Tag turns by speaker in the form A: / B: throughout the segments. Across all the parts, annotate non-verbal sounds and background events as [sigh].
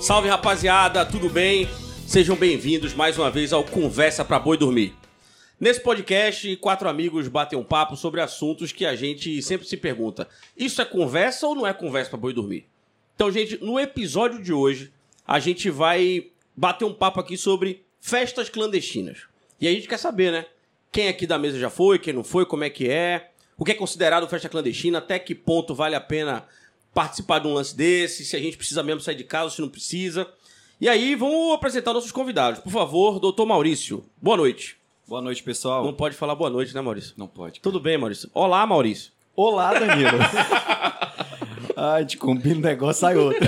A: Salve rapaziada, tudo bem? Sejam bem-vindos mais uma vez ao Conversa pra Boi Dormir. Nesse podcast, quatro amigos batem um papo sobre assuntos que a gente sempre se pergunta: isso é conversa ou não é conversa pra boi dormir? Então, gente, no episódio de hoje, a gente vai bater um papo aqui sobre festas clandestinas. E a gente quer saber, né? Quem aqui da mesa já foi, quem não foi, como é que é, o que é considerado festa clandestina, até que ponto vale a pena participar de um lance desse, se a gente precisa mesmo sair de casa, se não precisa. E aí, vamos apresentar nossos convidados. Por favor, doutor Maurício, boa noite.
B: Boa noite, pessoal.
A: Não pode falar boa noite, né, Maurício?
B: Não pode.
A: Tudo bem, Maurício. Olá, Maurício.
B: Olá,
A: [laughs]
B: Danilo. Ai, te combina um negócio, sai outro.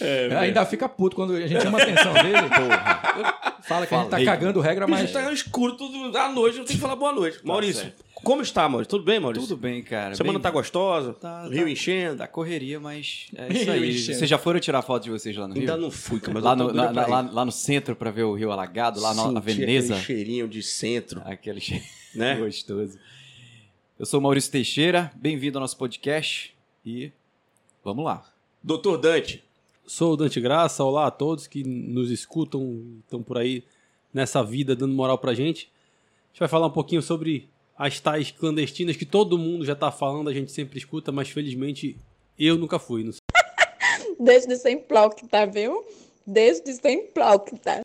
A: É
C: Ah, Ainda fica puto quando a gente chama a atenção
A: [laughs]
C: dele. Fala que a gente tá
B: Falei.
C: cagando regra,
A: Mas
C: mas.
A: tá escuro tudo à noite, não tem que falar boa noite. Maurício,
B: Tá certo.
A: como está, Maurício? Tudo bem, Maurício?
B: Tudo bem, cara.
A: Semana
B: bem...
A: tá gostosa,
B: Tá,
A: Rio
B: tá.
A: enchendo.
B: Da correria, mas
A: [laughs]
B: é isso
C: Rio
B: aí.
C: enchendo.
B: Vocês já foram tirar foto de vocês lá no Rio?
A: Ainda não fui, cara, mas
B: lá,
A: eu tô
B: no,
A: doido
B: na-
A: pra
B: na-
A: ir.
B: lá, lá no centro pra ver o Rio alagado, lá na, na
A: Senti
B: Veneza.
A: aquele cheirinho de centro,
B: Aquele cheiro
A: né?
B: gostoso. Eu sou o Maurício Teixeira, bem-vindo ao nosso podcast e vamos lá.
A: Doutor Dante,
D: Sou o Dante Graça, olá a todos que nos escutam, estão por aí nessa vida dando moral pra gente. A gente vai falar um pouquinho sobre as tais clandestinas que todo mundo já tá falando, a gente sempre escuta, mas felizmente eu nunca fui, não sei
E: Desde sem tá viu? Desde sem tá.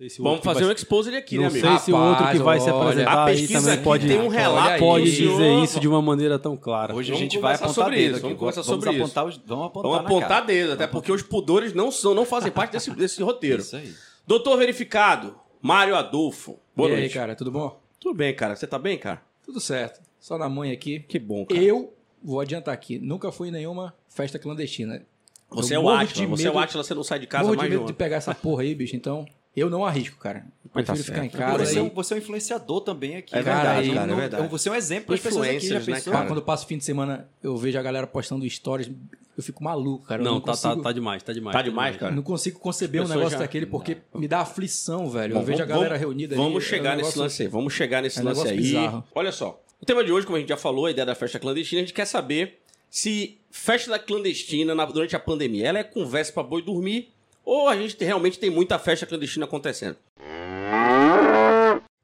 D: se o
A: vamos
D: outro que
A: fazer um
D: vai...
A: exposed aqui,
D: Não
A: né,
D: sei
A: amigo?
D: se o outro que vai se
C: Rapaz, olha,
B: tá
D: apresentar
A: a
D: aí
A: pesquisa
D: também
A: aqui
D: pode,
A: tem um relato
C: aí,
D: pode
A: do senhor.
D: dizer isso de uma maneira tão clara.
B: Hoje
A: Vamos
B: a gente vai
A: conversar
B: apontar
A: sobre
B: dedo
A: isso,
B: aqui.
A: vamos conversar
B: vamos
A: sobre
B: apontar Os... Vamos apontar
A: Vamos
B: na cara. Tá
A: apontar dedo, até porque os pudores não são, não
B: [laughs]
A: fazem parte desse, desse roteiro.
B: Isso aí.
A: Doutor Verificado, Mário Adolfo. Boa
C: e aí,
A: noite.
C: cara, tudo bom?
A: Tudo bem, cara. Você tá bem, cara?
C: Tudo certo. Só na mãe aqui.
A: Que bom, cara.
C: Eu vou adiantar aqui. Nunca fui em nenhuma festa clandestina.
A: Você
C: Eu
A: é o
C: morro
A: Atila,
C: de
A: você é
C: medo-
A: o Atila, você não sai de casa
C: Morro de
A: mais de
C: medo
A: um
C: de
A: ano.
C: pegar essa porra aí, bicho. Então, eu não arrisco, cara. Eu
A: Mas tá
C: prefiro ficar
A: certo.
C: em casa.
B: você,
C: e-
B: é um, você é um influenciador também aqui. né?
A: É
B: cara,
C: verdade,
B: e
A: cara, é
B: não-
A: verdade.
B: Você é um exemplo para as pessoas aqui. Já
A: Influencers, né,
B: pensou?
A: cara?
C: Cara, quando eu passo o fim de semana, eu vejo a galera postando stories, eu fico maluco, cara. Eu
D: Não, tá,
C: consigo...
D: tá, tá demais, tá demais.
A: Tá demais, cara?
C: Não consigo conceber um
A: Pessoa
C: negócio
A: já-
C: daquele porque me dá aflição, velho.
A: Bom,
C: eu vejo a
A: vamos-
C: galera
A: vamos-
C: reunida ali,
A: Vamos
C: é um
A: chegar nesse
C: negócio-
A: lance aí. Vamos chegar nesse
C: é um
A: lance aí.
C: negócio bizarro.
A: Olha só. O tema de hoje, como a gente já falou, a ideia da festa clandestina, a gente quer saber se festa da clandestina na- durante a pandemia, ela é conversa pra boi dormir ou a gente tem- realmente tem muita festa clandestina acontecendo?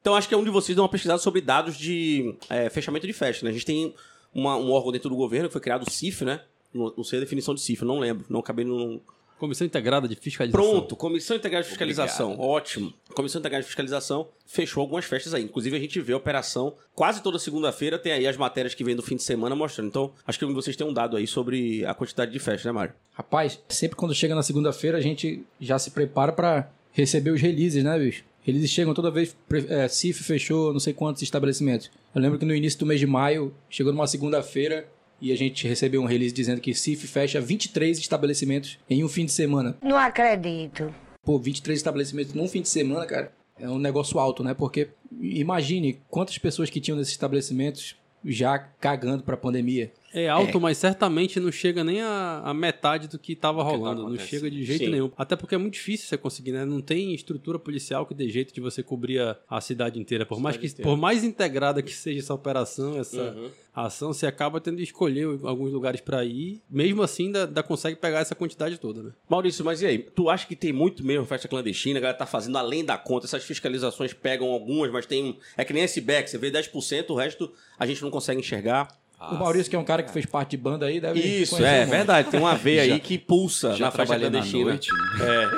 A: Então acho que é um de vocês deu uma pesquisada sobre dados de é, fechamento de festa, né? A gente tem uma- um órgão dentro do governo que foi criado, o CIF, né? Não, não sei a definição de CIF, não lembro. Não acabei não,
D: Comissão Integrada de Fiscalização.
A: Pronto, Comissão Integrada de Fiscalização. Ótimo. Comissão Integrada de Fiscalização fechou algumas festas aí. Inclusive, a gente vê a operação quase toda segunda-feira. Tem aí as matérias que vem do fim de semana mostrando. Então, acho que vocês têm um dado aí sobre a quantidade de festas, né, Mário?
C: Rapaz, sempre quando chega na segunda-feira, a gente já se prepara pra receber os releases, né, bicho? Releases chegam toda vez, pre- é, CIF fechou não sei quantos estabelecimentos. Eu lembro que no início do mês de maio, chegou numa segunda-feira e a gente recebeu um release dizendo que CIF fecha 23 estabelecimentos em um fim de semana.
F: Não acredito.
C: Pô, 23 estabelecimentos num fim de semana, cara, é um negócio alto, né? Porque imagine quantas pessoas que tinham nesses estabelecimentos já cagando pra pandemia.
D: É alto, mas certamente não chega nem a, a metade do que
B: Do
D: estava
B: que tá
D: rolando. não
B: acontecendo.
D: chega de jeito
A: Sim.
D: nenhum. Até porque é muito difícil você conseguir, né? Não tem estrutura policial que dê jeito de você cobrir a, a cidade inteira. Por mais, que, por mais integrada que seja essa operação, essa ação, você acaba tendo que escolher alguns lugares para ir. Mesmo assim, ainda, ainda consegue pegar essa quantidade toda, né?
A: Maurício, mas e aí? Tu acha que tem muito mesmo festa clandestina? A galera tá fazendo além da conta. Essas fiscalizações pegam algumas, mas tem. um- É que nem esse back, você vê 10%, o resto a gente não consegue enxergar.
B: Ah,
C: o Maurício, que é um cara que fez parte de banda aí, deve
A: Isso,
C: conhecer um
A: é
C: monte.
A: verdade. Tem uma veia aí
B: [laughs] Já-
A: que pulsa
B: já
A: Tá na festa
B: trabalhei na
A: clandestina.
B: noite.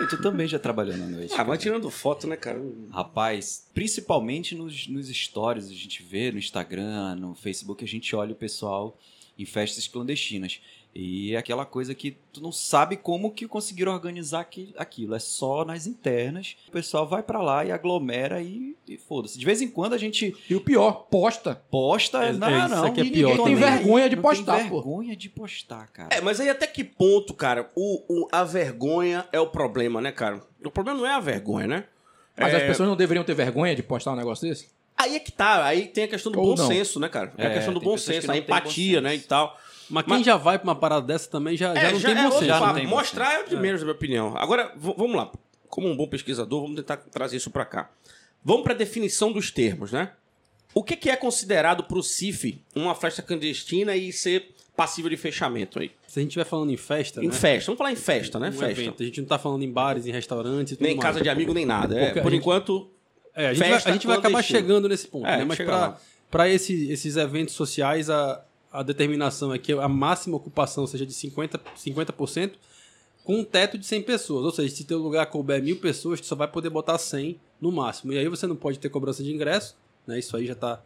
B: [laughs] É. Eu também já trabalhei na noite.
A: Ah, vai tirando foto, né, cara?
B: Rapaz, principalmente nos, nos stories, a gente vê no Instagram, no Facebook, a gente olha o pessoal em festas clandestinas. E é aquela coisa que tu não sabe como que conseguiram organizar aqui- aquilo. É só nas internas. O pessoal vai pra lá e aglomera e, e foda-se. De vez em quando a gente
C: E o pior, posta.
B: posta.
D: É,
B: não,
D: é, isso
B: não,
D: aqui é
B: e
D: pior
B: ninguém
D: também.
B: nem aí.
C: Vergonha de
B: Não
C: postar,
B: tem
C: pô.
B: vergonha de postar, cara.
A: É, mas aí até que ponto, cara, o, o- a vergonha é o problema, né, cara? O problema não é a vergonha, né?
C: Mas as pessoas não deveriam ter vergonha de postar um negócio desse?
A: Aí é que tá, aí tem a questão do
C: Ou
A: bom
C: não.
A: senso, né, cara? É, a
B: É,
A: questão do
B: tem
A: bom
B: pessoas que
A: senso, a
B: não têm bom
A: empatia, né, e
B: senso.
A: tal.
D: Mas quem já vai pra uma parada dessa também É, já, já não tem bom
A: É, outro
D: senso.
B: já não
A: papo.
B: tem bom
A: Mostrar é o de menos, na minha opinião. Agora, v- vamos lá. Como um bom pesquisador, vamos tentar trazer isso pra cá. Vamos pra definição dos termos, né? O que, que é considerado pro CIF uma festa clandestina e ser passível de fechamento aí.
D: Se a gente estiver falando em festa,
A: Em
D: né?
A: festa, vamos falar em festa, né?
D: Um
A: festa.
D: evento. A gente não tá falando em bares, em restaurantes e tudo
A: Nem
D: mais.
A: casa de amigo, nem nada. É,
D: Porque a
A: por
D: gente-
A: enquanto,
D: É, a gente,
A: Festa
D: vai, a gente vai acabar
A: clandestina.
D: chegando nesse ponto,
A: É,
D: né? Mas
A: chega
D: pra
A: lá.
D: pra esse- esses eventos sociais, a, a determinação é que a máxima ocupação seja de 50%, 50% com um teto de 100 pessoas. Ou seja, se teu lugar couber mil pessoas, tu só vai poder botar 100 no máximo. E aí você não pode ter cobrança de ingresso, né? Isso aí já tá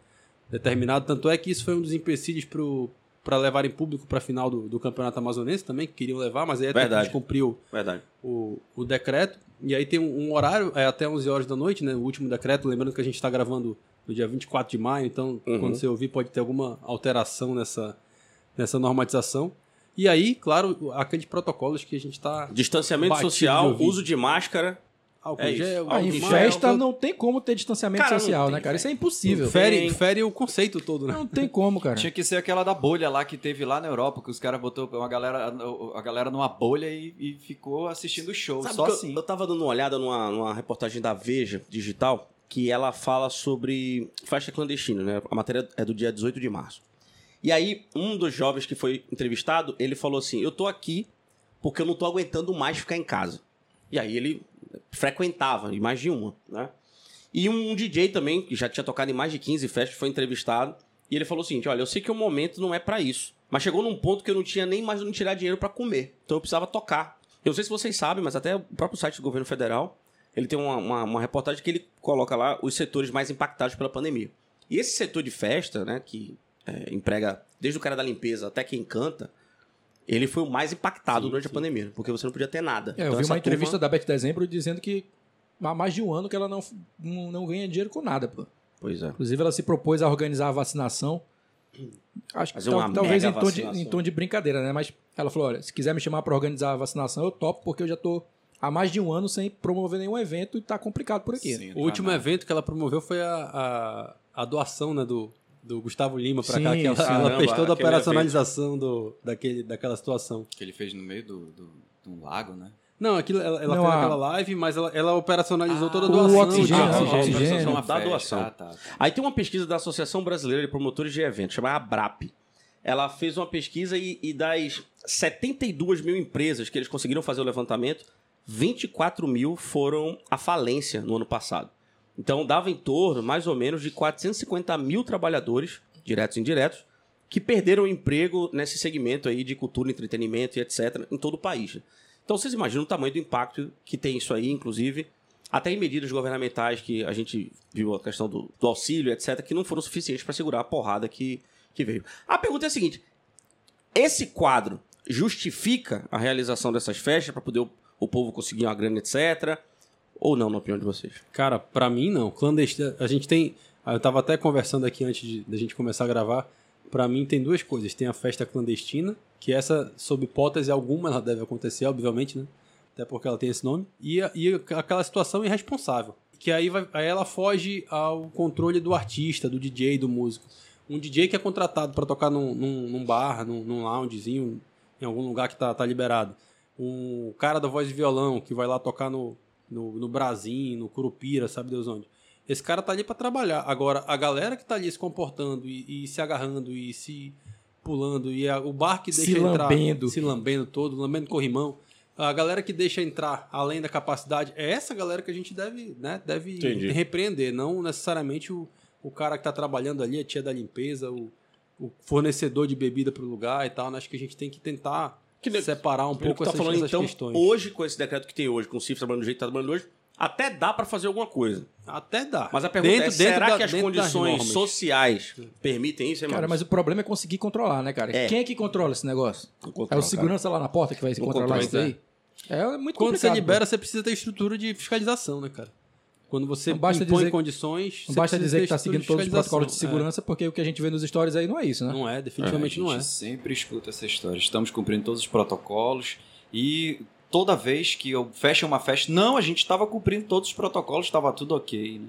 D: determinado. Tanto é que isso foi um dos empecilhos pro para levarem público para a final do, do campeonato amazonense também que queriam levar mas aí até que a
A: Verdade.
D: gente cumpriu
A: verdade.
D: o, o decreto. E aí tem um, um horário, é até 11 horas da noite, né? O último decreto. Lembrando que a gente está gravando no dia 24 de maio, então
A: Uhum.
D: quando você ouvir pode ter alguma alteração nessa, nessa normatização. E aí, claro, aqueles protocolos que a gente tá está.
A: Distanciamento
D: Batido de
A: social,
D: ouvir.
A: uso de máscara.
D: álcool
A: É isso.
D: gel,
A: Ah,
D: álcool
A: em
C: Em
D: em gel,
C: festa
D: álcool-
C: não tem como ter distanciamento
A: Cara, não
C: social,
A: tem,
C: né, cara? Isso é impossível.
A: Fe-
D: Fere,
A: Tem.
D: fere o conceito todo, né?
C: Não tem como, cara.
B: Tinha que ser aquela da bolha lá que teve lá na Europa, que os caras botou uma galera, a galera numa bolha e, e ficou assistindo o show,
A: Sabe
B: só
A: que eu-
B: assim.
A: Eu, tava dando uma olhada numa, numa reportagem da Veja Digital, que ela fala sobre festa clandestina, né? A matéria é do dia 18 de março. E aí, um dos jovens que foi entrevistado, ele falou assim: Eu tô aqui porque eu não tô aguentando mais ficar em casa. E aí ele frequentava, e mais de uma, né? E um DJ também, que já tinha tocado em mais de 15 festas, foi entrevistado. E ele falou o seguinte: olha, eu sei que o momento não é pra isso. Mas chegou num ponto que eu não tinha nem mais onde tirar dinheiro pra comer. Então eu precisava tocar. Eu não sei se vocês sabem, mas até o próprio site do governo federal, ele tem uma, uma, uma reportagem que ele coloca lá os setores mais impactados pela pandemia. E esse setor de festa, né, que é, emprega desde o cara da limpeza até quem canta, ele foi o mais impactado durante a pandemia, né, porque você não podia ter nada.
C: É, eu
A: Então
C: vi
A: essa
C: uma entrevista
A: turma-
C: da Beth Dezembro dizendo que há mais de um ano que ela não, não, não ganha dinheiro com nada, pô.
A: Pois é.
C: Inclusive, ela se propôs a organizar a vacinação. Acho que
A: Fazer uma
C: tal- talvez em
A: mega
C: tom, de,
A: vacinação.
C: em tom de brincadeira, né? Mas ela falou: olha, se quiser me chamar para organizar a vacinação, eu topo, porque eu já tô há mais de um ano sem promover nenhum evento e tá complicado por aqui.
B: Sem
D: O último
B: entrar
D: evento que ela promoveu foi a, a, a doação, né? Do, do Gustavo Lima pra
C: Sim,
D: cá, que ela,
C: sim.
D: ela fez
A: Caramba,
D: toda a
A: aquele
D: operacionalização do, daquele, daquela situação.
B: na- Que ele fez no meio do, do- de um lago, né?
D: Não, aquilo, ela, ela
C: Não,
D: fez
C: a-
D: aquela live, mas ela, ela operacionalizou
B: Ah,
D: toda a
C: o
D: doação.
C: oxigênio,
D: de-
C: né?
D: de-
C: oxigênio.
B: operação de uma
A: Da
B: festa.
A: doação.
B: Ah, tá, tá.
A: Aí tem uma pesquisa da Associação Brasileira de Promotores de Eventos, chamada ABRAP. Ela fez uma pesquisa e, e das 72 mil empresas que eles conseguiram fazer o levantamento, 24 mil foram à falência no ano passado. Então dava em torno, mais ou menos, de 450 mil trabalhadores, diretos e indiretos, que perderam o emprego nesse segmento aí de cultura, entretenimento e etc., em todo o país. Então vocês imaginam o tamanho do impacto que tem isso aí, inclusive, até em medidas governamentais que a gente viu a questão do, do auxílio, etc., que não foram suficientes para segurar a porrada que, que veio. A pergunta é a seguinte: esse quadro justifica a realização dessas festas para poder o, o povo conseguir uma grana, etc., ou não, na opinião de vocês?
D: Cara, pra mim não. Clandestina. A gente tem. ah, Eu tava até conversando aqui antes de- da gente começar a gravar. Pra mim tem duas coisas. Tem a festa clandestina, que essa, sob hipótese alguma, ela deve acontecer, obviamente, né? Até porque ela tem esse nome. E, a- e aquela situação irresponsável. Que aí, vai, aí ela foge ao controle do artista, do DJ, do músico. Um DJ que é contratado pra tocar num, num- num bar, num, num loungezinho, em algum lugar que tá, tá liberado. Um cara da voz de violão que vai lá tocar no, no, no Brasil, no Curupira, sabe Deus onde. Esse cara tá ali pra trabalhar. Agora, a galera que tá ali se comportando e, e se agarrando e se pulando, e a- o bar que
C: Se
D: deixa entrar.
C: lambendo.
D: Se lambendo todo, lambendo corrimão. A galera que deixa entrar além da capacidade, é essa galera que a gente deve, né, deve
A: Entendi.
D: repreender, não necessariamente o, o cara que tá trabalhando ali, a tia da limpeza, o, o fornecedor de bebida pro lugar e tal. né? Acho que a gente tem que tentar
A: Que ne-
D: separar um
A: Pelo que
D: pouco
A: tá
D: essas,
A: falando,
D: essas
A: então,
D: questões.
A: hoje, com esse decreto que tem hoje, com o CIF trabalhando do jeito que tá trabalhando hoje, até dá para fazer alguma coisa.
D: Até dá.
A: Mas a pergunta é, será
D: da-
A: que as
D: dentro das
A: condições
D: normas.
A: sociais permitem isso, hein,
C: Cara, mas o problema é conseguir controlar, né, cara?
A: É.
C: Quem é que controla esse negócio?
A: Não
C: É
A: controla,
C: o segurança lá na porta que vai
A: Não
C: controlar
A: controla,
C: isso daí? É, muito
D: Quando você
C: complicado.
D: libera, você precisa ter estrutura de fiscalização, né, cara? Quando você
C: Não basta
D: impõe
C: dizer-
D: condições.
C: pô. Não
D: você
C: basta
D: precisa
C: dizer
D: ter
C: que tá
D: estrutura
C: seguindo todos os
D: fiscalização.
C: protocolos de segurança, porque o que a gente vê nos stories aí não é isso,
D: É,
C: né?
D: não é, definitivamente
B: a
D: não
B: gente
D: é.
B: sempre escuta essa história. Estamos cumprindo todos os protocolos e toda vez que eu fecho uma festa, não, a gente estava cumprindo todos os protocolos, estava tudo ok, né?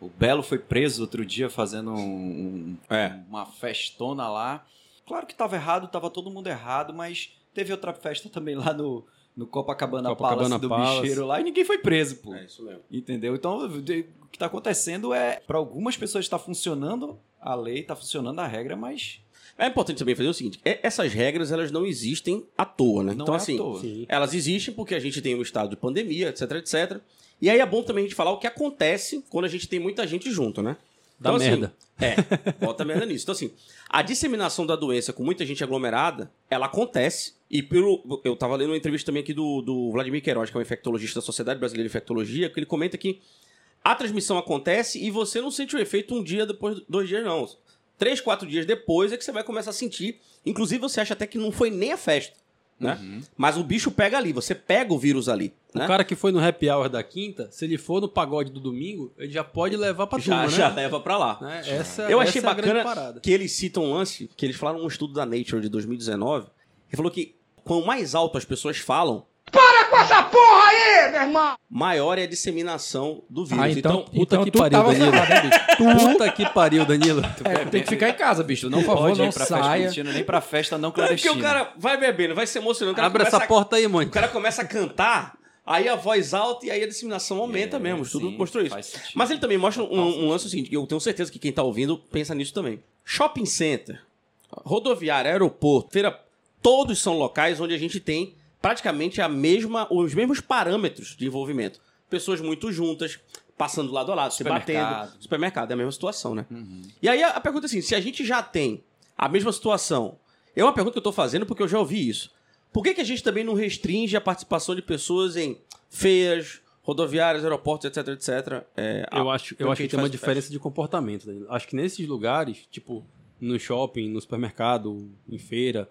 B: O Belo foi preso outro dia fazendo um- um-
A: É.
B: uma festona lá. Claro que estava errado, estava todo mundo errado, mas teve outra festa também lá no, no Copacabana,
D: Copacabana
B: Palace do
D: Palace.
B: bicheiro lá e ninguém foi preso, pô.
A: É isso mesmo.
B: Entendeu? Então, de- o tá que está acontecendo é, para algumas pessoas está funcionando tá a lei, está funcionando a regra, mas
A: É importante também fazer o seguinte: é- essas regras elas não existem à toa, né?
B: Não
A: então,
B: é à
A: assim,
B: toa.
D: Sim.
A: elas existem porque a gente tem um estado de pandemia, etc, etc. E aí é bom também a gente falar o que acontece quando a gente tem muita gente junto, né?
D: Dá
A: Então, assim,
D: merda.
A: é, bota merda nisso. Então, assim, a disseminação da doença com muita gente aglomerada, ela acontece. E pelo. Eu tava lendo uma entrevista também aqui do, do Vladimir Queiroz, que é um infectologista da Sociedade Brasileira de Infectologia, que ele comenta que a transmissão acontece e você não sente o efeito um dia depois, dois dias, não. Três, quatro dias depois é que você vai começar a sentir. Inclusive, você acha até que não foi nem a festa, né? Mas o bicho pega ali, você pega o vírus ali, né?
D: Uhum. O cara que foi no happy hour da quinta, se ele for no pagode do domingo, ele já pode levar pra
A: já,
D: turma,
A: já
D: né?
A: leva pra lá.
D: Né? Essa,
A: Eu
D: essa
A: achei
D: é a grande
A: bacana
D: parada.
A: que eles citam um lance, que eles falaram um estudo da Nature de 2019, que falou que quanto mais alto as pessoas falam, maior é a disseminação do vírus.
C: Ah, então,
D: Puta
C: então,
D: que
C: tu
D: pariu,
C: tava
D: Danilo.
C: safado, né, bicho?
D: [laughs] Puta que pariu, Danilo.
C: É, tem que ficar em casa, bicho.
B: Tu
C: Por
B: não
C: favor,
B: pode
C: não
B: ir pra festa
C: saia.
B: clandestina, nem pra festa não
A: É porque
B: clandestina.
A: o cara vai bebendo, vai se emocionando, o cara,
D: Abre
A: começa,
D: essa porta aí, mãe.
A: o cara começa a cantar, aí a voz alta e aí a disseminação aumenta mesmo. O estudo
B: É, sim,
A: mostrou isso.
B: faz sentido.
A: Mas ele também mostra um,
B: Total
A: um
B: sentido.
A: lance seguinte, que eu tenho certeza que quem tá ouvindo pensa nisso também. Shopping center, rodoviária, aeroporto, feira, todos são locais onde a gente tem praticamente a mesma, os mesmos parâmetros de envolvimento. Pessoas muito juntas, passando lado a lado, se
B: Supermercado.
A: batendo. Supermercado, é a mesma situação, né?
B: Uhum.
A: E aí a, a pergunta é assim, se a gente já tem a mesma situação, é uma pergunta que eu tô fazendo porque eu já ouvi isso. Por que, que a gente também não restringe a participação de pessoas em feiras, rodoviárias, aeroportos, etc, etc? É,
D: Eu
A: a-
D: acho,
A: pelo
D: eu acho
A: a
D: que
A: gente
D: tem
A: faz o
D: uma
A: teste?
D: diferença de comportamento. Danilo. Acho que nesses lugares, tipo no shopping, no supermercado, em feira,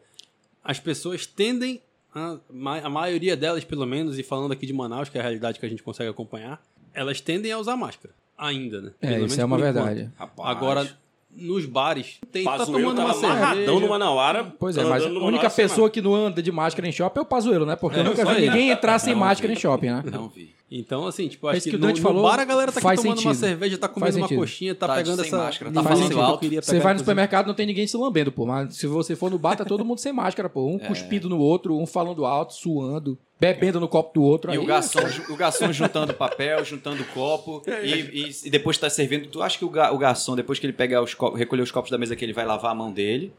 D: as pessoas tendem, a, ma- a maioria delas pelo menos, e falando aqui de Manaus, que é a realidade que a gente consegue acompanhar, elas tendem a usar máscara. Ainda, né?
C: É,
D: Pelo
C: isso
D: menos
C: é uma
D: por enquanto.
C: verdade.
A: Rapaz,
D: Agora, nos bares, tem, tá
A: Pazuello
D: tomando uma
A: tava amarradão no
D: cerveja.
A: Manauara.
C: Pois é,
A: andando
C: mas a
A: no
C: única
A: Manauara sem
C: pessoa que não anda de máscara em shopping é o Pazuelo, né? Porque eu nunca
D: só
C: vi
D: ele.
C: ninguém entrar sem
B: Não,
C: máscara em
B: gente.
C: shopping, né?
B: Não vi.
D: Então, assim, tipo,
C: É
D: acho
C: isso
D: que,
C: que o
D: no,
C: Dante
D: no
C: falou,
D: bar a galera tá aqui
C: faz
D: tomando uma
C: sentido.
D: cerveja, tá comendo
C: Faz
D: uma
C: sinido.
D: coxinha, tá
B: Tá
D: pegando
B: sem
D: essa...
B: máscara, tá
D: Faz
C: falando
D: sentido,
B: alto.
D: eu queria
C: Você
D: pegar,
C: vai no
D: inclusive.
C: supermercado, não tem ninguém se lambendo, pô. Mas se você for no bar, tá todo mundo sem máscara, pô. Um cuspindo no outro, um falando alto, suando, bebendo no copo do outro.
B: E o
C: Aí-
B: garçom, ju- o garçom juntando papel, juntando copo e, e- e depois tá servindo. Tu acha que o, ga- o garçom, depois que ele pegar os copos, recolher os copos da mesa, que ele vai lavar a mão dele?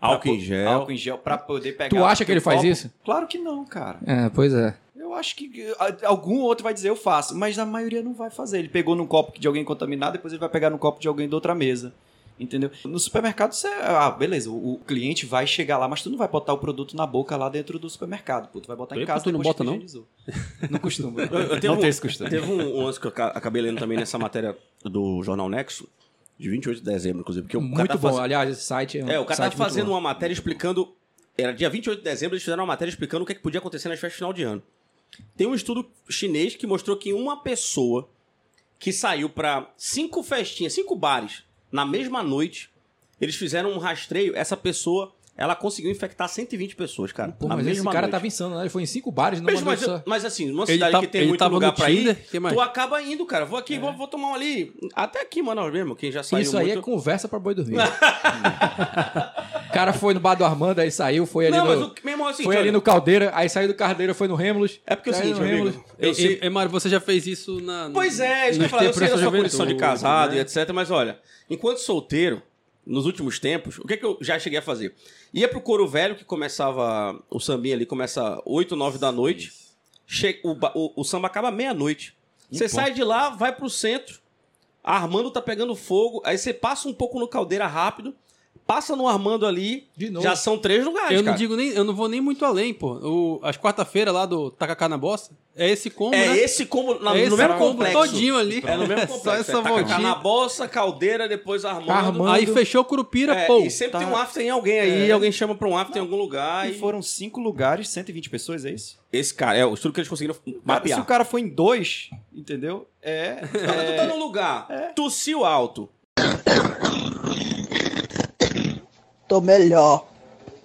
A: mão. Álcool
B: Pra
A: em
B: po-
A: gel.
B: Álcool em gel pra poder pegar.
C: Tu acha que
B: o
C: ele faz
B: copo?
C: isso?
B: Claro que não, cara.
C: É, pois é.
B: Eu acho que eh, a- algum outro vai dizer eu faço, mas a maioria não vai fazer. Ele pegou num copo de alguém contaminado, depois ele vai pegar no copo de alguém de outra mesa. Entendeu? No supermercado, você. Ah, beleza, o, o cliente vai chegar lá, mas tu não vai botar o produto na boca lá dentro do supermercado. Pô, tu vai botar em
D: Epa,
B: casa
D: tu não
B: depois que
D: bota, não?
B: higienizou. Não costumo.
A: eu tenho
B: não
A: um-
B: tenho esse costume.
A: Teve um um lance que eu ca- acabei lendo também nessa matéria do Jornal Nexo, de 28 de dezembro, inclusive. Porque o cara
C: muito
A: tá
C: bom.
A: fazendo-
C: Aliás, esse site é um
A: É, o cara tá
C: site muito
A: fazendo
C: bom.
A: uma matéria explicando. Era dia 28 de dezembro, eles fizeram uma matéria explicando o que, é que podia acontecer nas festas de final de ano. Tem um estudo chinês que mostrou que uma pessoa que saiu pra cinco festinhas, cinco bares, na mesma noite, eles fizeram um rastreio, essa pessoa, ela conseguiu infectar 120 pessoas, cara.
C: Pô,
A: na
C: mas esse
A: mesma
C: cara
A: noite.
C: tava insano, né? Ele foi em cinco bares numa
A: Mas, mas,
C: noite só.
A: mas assim, numa
D: Ele
A: cidade
D: tá-
A: que tem
D: ele
A: muito
D: tava no
A: lugar pra
D: Tinder, que
A: ir,
D: mais?
A: tu acaba indo, cara. Vou aqui, vou, vou tomar um ali. Até aqui, mano, mesmo, quem já saiu
C: É. Isso
A: muito...
C: aí é conversa pra
A: [laughs]
C: boi dormir. o cara foi no bar do Armando, aí saiu, foi ali
A: Não,
C: no...
A: mas o mesmo assim,
C: foi ali no Caldeira, aí saiu do Caldeira, foi no Remulos.
A: É
D: Tá
A: porque é o
C: aí
A: seguinte,
C: no
A: meu
C: Remulos.
A: amigo, eu
D: Ei,
A: sei-
D: ei, Mário, é, você já fez isso na...
A: Pois é, isso que eu
D: nos
A: ia falar. Eu
D: tempos
A: sei da sua
D: juventude,
A: condição de
D: né?
A: casado e etc. Mas olha, enquanto solteiro, nos últimos tempos, o que, é que eu já cheguei a fazer? Ia pro couro velho, que começava. O sambinha ali começa 8, 9 da noite. Che- o, ba- o- o samba acaba meia-noite. Você sai de lá, vai pro centro. Armando tá pegando fogo. Aí você passa um pouco no caldeira rápido. Passa no Armando ali.
C: De novo.
A: Já são três lugares,
D: Eu não
A: cara.
D: digo nem, eu não vou nem muito além, pô. O, as quarta-feira lá do Tacacá na Bossa, é esse combo,
A: é
D: né?
A: esse combo na,
D: é esse
A: no mesmo
D: combo
A: complexo.
D: todinho ali.
A: É no
D: [laughs]
A: mesmo complexo.
D: Só essa
A: é tacacá
D: voltinha.
A: na bolsa, caldeira, depois
C: Armando.
D: Aí fechou Curupira,
A: É,
D: pô.
A: e sempre
D: tá.
A: tem um after em alguém aí, alguém chama pra um after em algum lugar.
B: E
A: e-
B: foram cinco lugares, 120 pessoas, é isso?
A: Esse cara, é o estudo que eles conseguiram
B: Cara, se
A: mapear.
B: o cara foi em dois, entendeu? É.
A: Quando tu tá num lugar, tossiu alto.
F: Tô melhor.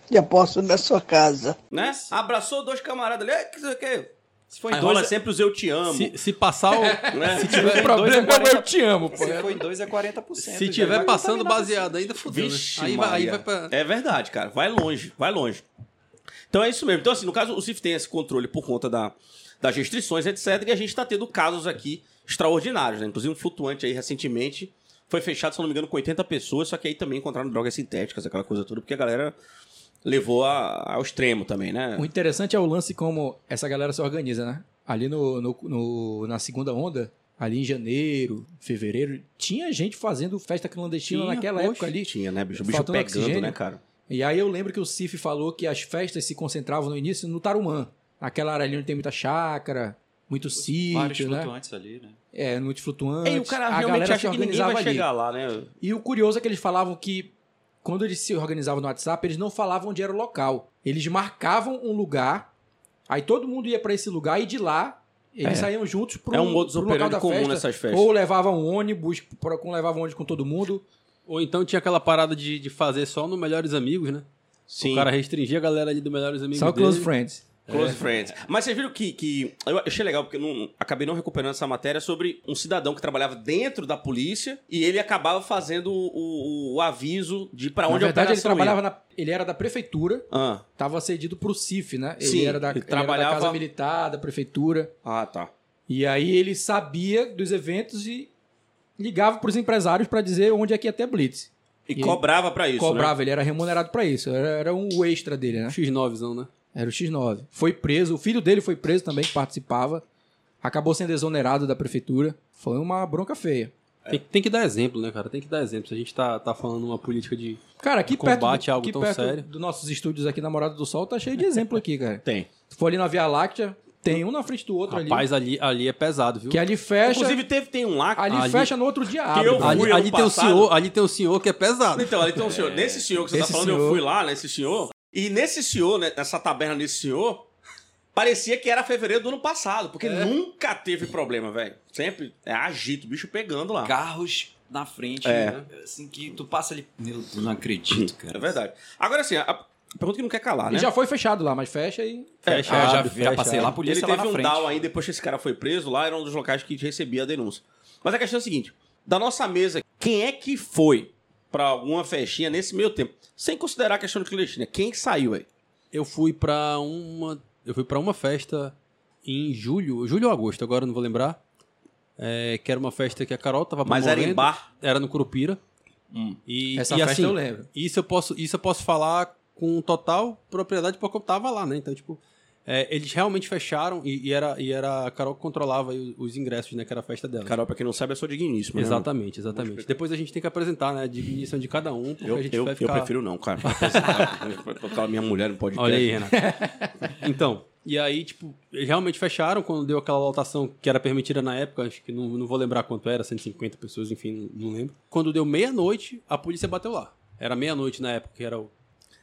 F: Já posso ir na sua casa.
A: Né? Abraçou dois camaradas ali. "Ei, que sei o quê?"
B: Se foi
A: Aí
B: em
A: rola
B: dois, é,
A: sempre os eu te amo.
D: Se, se
A: [laughs]
D: passar o-
A: né?
C: O problema é o eu te amo, pô.
A: assim,
B: se foi em dois é 40%.
D: se
B: já
D: tiver
B: vai
D: passando
B: contaminar você.
D: baseado ainda, fudeu, né?
A: Vixe,
D: Aí vai, aí
A: Maria.
D: vai pra...
A: É verdade, cara. Vai longe, vai longe. Então é isso mesmo. Então, assim, no caso, o CIF tem esse controle por conta da, das tá restrições, etc. E a gente está tendo casos aqui extraordinários, né? Inclusive um flutuante aí recentemente. Foi fechado, se eu não me engano, com 80 pessoas, só que aí também encontraram drogas sintéticas, aquela coisa toda, porque a galera levou a- ao extremo também, né?
C: O interessante é o lance como essa galera se organiza, né? Ali no, no- no- na segunda onda, ali em janeiro, fevereiro, tinha gente fazendo festa clandestina
D: Tinha,
C: naquela
D: poxa.
C: época ali.
A: Tinha, né, bicho? O bicho
C: Faltando
A: pegando,
C: oxigênio.
A: né, cara?
C: E aí eu lembro que o Cif falou que as festas se concentravam no início no Tarumã. Naquela área ali onde tem muita chácara, muito
B: Vários
C: sítio, né?
B: flutuantes ali, né?
C: É, muito flutuante.
A: E o cara
C: a
A: realmente
C: galera se
A: acha que ninguém
C: organizava
A: vai
C: ali.
A: chegar lá, né?
C: E o curioso é que eles falavam que quando eles se organizavam no WhatsApp, eles não falavam onde era o local. Eles marcavam um lugar, aí todo mundo ia pra esse lugar e de lá eles
A: É.
C: saíam juntos pro
A: é um modus
C: pro local
A: operandi
C: da
A: comum
C: festa.
A: nessas festas.
C: Ou levavam um ônibus, pra- com- levavam um ônibus com todo mundo.
D: Ou então tinha aquela parada de, de fazer só no Melhores Amigos, né?
A: Sim.
D: O cara restringia a galera ali do Melhores Amigos
C: Só
D: dele.
C: Close Friends.
A: Close Friends. Mas vocês viram que, que. Eu achei legal, porque não, acabei não recuperando essa matéria sobre um cidadão que trabalhava dentro da polícia e ele acabava fazendo o, o- o aviso de pra onde
C: na verdade,
A: a
C: ele
A: operação Ah.
C: trabalhava na- Ele era da prefeitura,
A: ia.
C: tava cedido pro CIF, né? Ele
A: Sim,
C: era da,
A: ele
C: ele era da
A: trabalhava-
C: Casa Militar, da prefeitura.
A: Ah. ah, tá.
C: E aí ele sabia dos eventos e ligava pros empresários pra dizer onde é que ia ter Blitz.
A: E,
C: E
A: cobrava pra isso. né?
C: cobrava, ele era remunerado pra isso. Era, era um extra dele, né?
D: X9zão, né?
C: Era o X9. Foi preso, o filho dele foi preso também, que participava. Acabou sendo exonerado da prefeitura. Foi uma bronca feia.
A: É.
D: Tem, que- tem que dar exemplo, né, cara? Tem que dar exemplo. Se a gente tá, tá falando uma política de.
C: Cara, aqui
D: Combate
C: perto, do-
D: algo
C: aqui
D: tão
C: perto
D: sério.
C: dos nossos estúdios aqui na Morada do Sol, tá cheio de exemplo aqui, cara.
A: Né? Tem.
C: Se for ali na Via Láctea, tem um na frente do outro ali.
D: Rapaz, ali, ali é pesado, viu?
C: Que ali fecha,
A: Inclusive, teve, tem um lá.
C: ali,
D: ali-
C: fecha no outro dia abre.
A: eu
C: cara.
A: fui
D: ali,
A: ano
D: ali tem um
A: passado.
D: senhor, ali tem um senhor que é pesado.
A: Então, ali tem um senhor. Nesse senhor que você tá
C: É. Esse
A: falando, eu
C: senhor.
A: fui lá, nesse senhor. E nesse senhor, né, nessa taberna nesse senhor, parecia que era fevereiro do ano passado, porque
C: É.
A: nunca teve problema, velho. Sempre é agito, o bicho pegando lá.
B: Carros na frente,
A: Ah. É.
B: né? assim que tu passa ali. Meu Deus, não acredito, cara.
A: É verdade. Agora, assim, a a pergunta que não quer calar,
C: E
A: né?
C: já foi fechado lá, mas fecha e.
A: é,
B: Fecha,
A: ah,
D: abre,
B: já,
D: fecha,
B: já passei lá, a
D: abre.
A: Ele
B: polícia lá
A: teve
B: na
A: um
B: frente.
A: down aí, depois que esse cara foi preso, lá era um dos locais que recebia a denúncia. Mas a questão é a seguinte: da nossa mesa, quem é que foi pra alguma festinha nesse meio tempo? Sem considerar a questão do clandestina, quem que saiu aí?
D: Eu fui pra uma. Eu fui para uma festa em julho, julho ou agosto, agora eu não vou lembrar. É, que era uma festa que a Carol tava
A: Mas era em
D: promovendo.
A: bar.
D: Era no Curupira.
A: Hum.
D: E,
C: Essa
D: e
C: festa
D: assim,
C: eu lembro.
D: Isso eu posso, isso eu posso falar com total propriedade porque eu tava lá, né? Então, tipo, é, eles realmente fecharam e, e era, e era a Carol que controlava aí os, os ingressos, né? Que era a festa dela.
A: Carol, pra quem não sabe, eu sou digníssimo. né?
D: Exatamente, exatamente. Depois a gente tem que apresentar, né? A diminuição de cada um, porque
A: Eu,
D: a gente
A: eu,
D: vai
A: eu
D: ficar.
A: prefiro não,
D: [laughs]
A: cara. Pra Tocar a minha mulher no podcast.
D: Olha aí, Renato. então, e aí, tipo, eles realmente fecharam quando deu aquela lotação que era permitida na época, acho que não, não vou lembrar quanto era, 150 pessoas, enfim, não, não lembro. Quando deu meia-noite, a polícia bateu lá. Era meia-noite na época, que era o,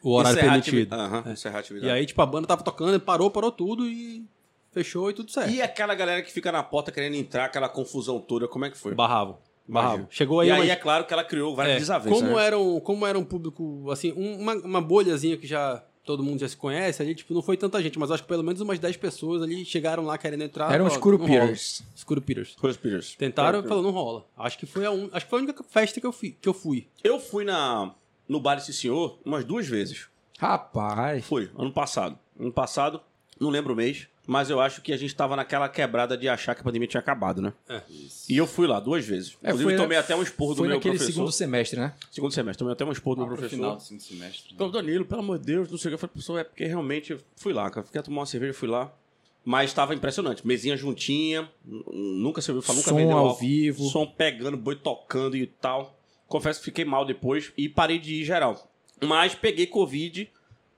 D: o horário
A: Encerrar a né?
D: permitido. É.
A: ativi- Aham, encerrar a
D: E
A: atividade.
D: aí, tipo, a banda tava tocando, parou, parou tudo e fechou e tudo certo.
A: E aquela galera que fica na porta querendo entrar, aquela confusão toda, como é que foi?
D: Barravam. Barravam.
A: Imagino.
D: Chegou aí,
A: E aí
D: umas-
A: é claro que ela criou várias
D: É,
A: desavenças.
D: Como,
A: né?
D: era um, como era um público, assim, um- uma, uma bolhazinha que já todo mundo já se conhece, ali, tipo, não foi tanta gente, mas acho que pelo menos umas 10 pessoas ali chegaram lá querendo entrar.
A: um
C: Eram
D: Ó,
C: os
D: não rola.
C: Curupirers.
D: Os Curupirers.
A: Coisa Peters.
D: Tentaram,
A: Coisa
D: falou, não rola. Acho que foi a, un- acho que foi a única festa que eu fui. Que eu fui.
A: Eu fui na, no bar desse senhor umas duas vezes.
C: Rapaz.
A: Foi, ano passado. Ano passado, não lembro o mês, mas eu acho que a gente tava naquela quebrada de achar que a pandemia tinha acabado, né?
D: É.
A: E eu fui lá duas vezes.
C: É,
A: Inclusive,
C: foi-
A: tomei até um esporro do
C: Foi
A: meu
C: naquele
A: professor.
C: segundo
A: Segundo...
C: semestre, né?
A: semestre, tomei até um esporro do
B: Ah,
A: meu
B: pro
A: professor.
B: final do segundo semestre. né?
A: Então, Danilo, pelo amor de Deus, não sei o que. Eu falei, professor, é porque realmente eu fui lá, cara. Fiquei a tomar uma cerveja, fui lá. Mas estava impressionante. Mesinha juntinha, n- nunca se ouviu falar, nunca
C: Som
A: vendeu
C: ao
A: álcool.
C: vivo.
A: Som pegando, boi tocando e tal. Confesso que fiquei mal depois e parei de ir geral. Mas peguei Covid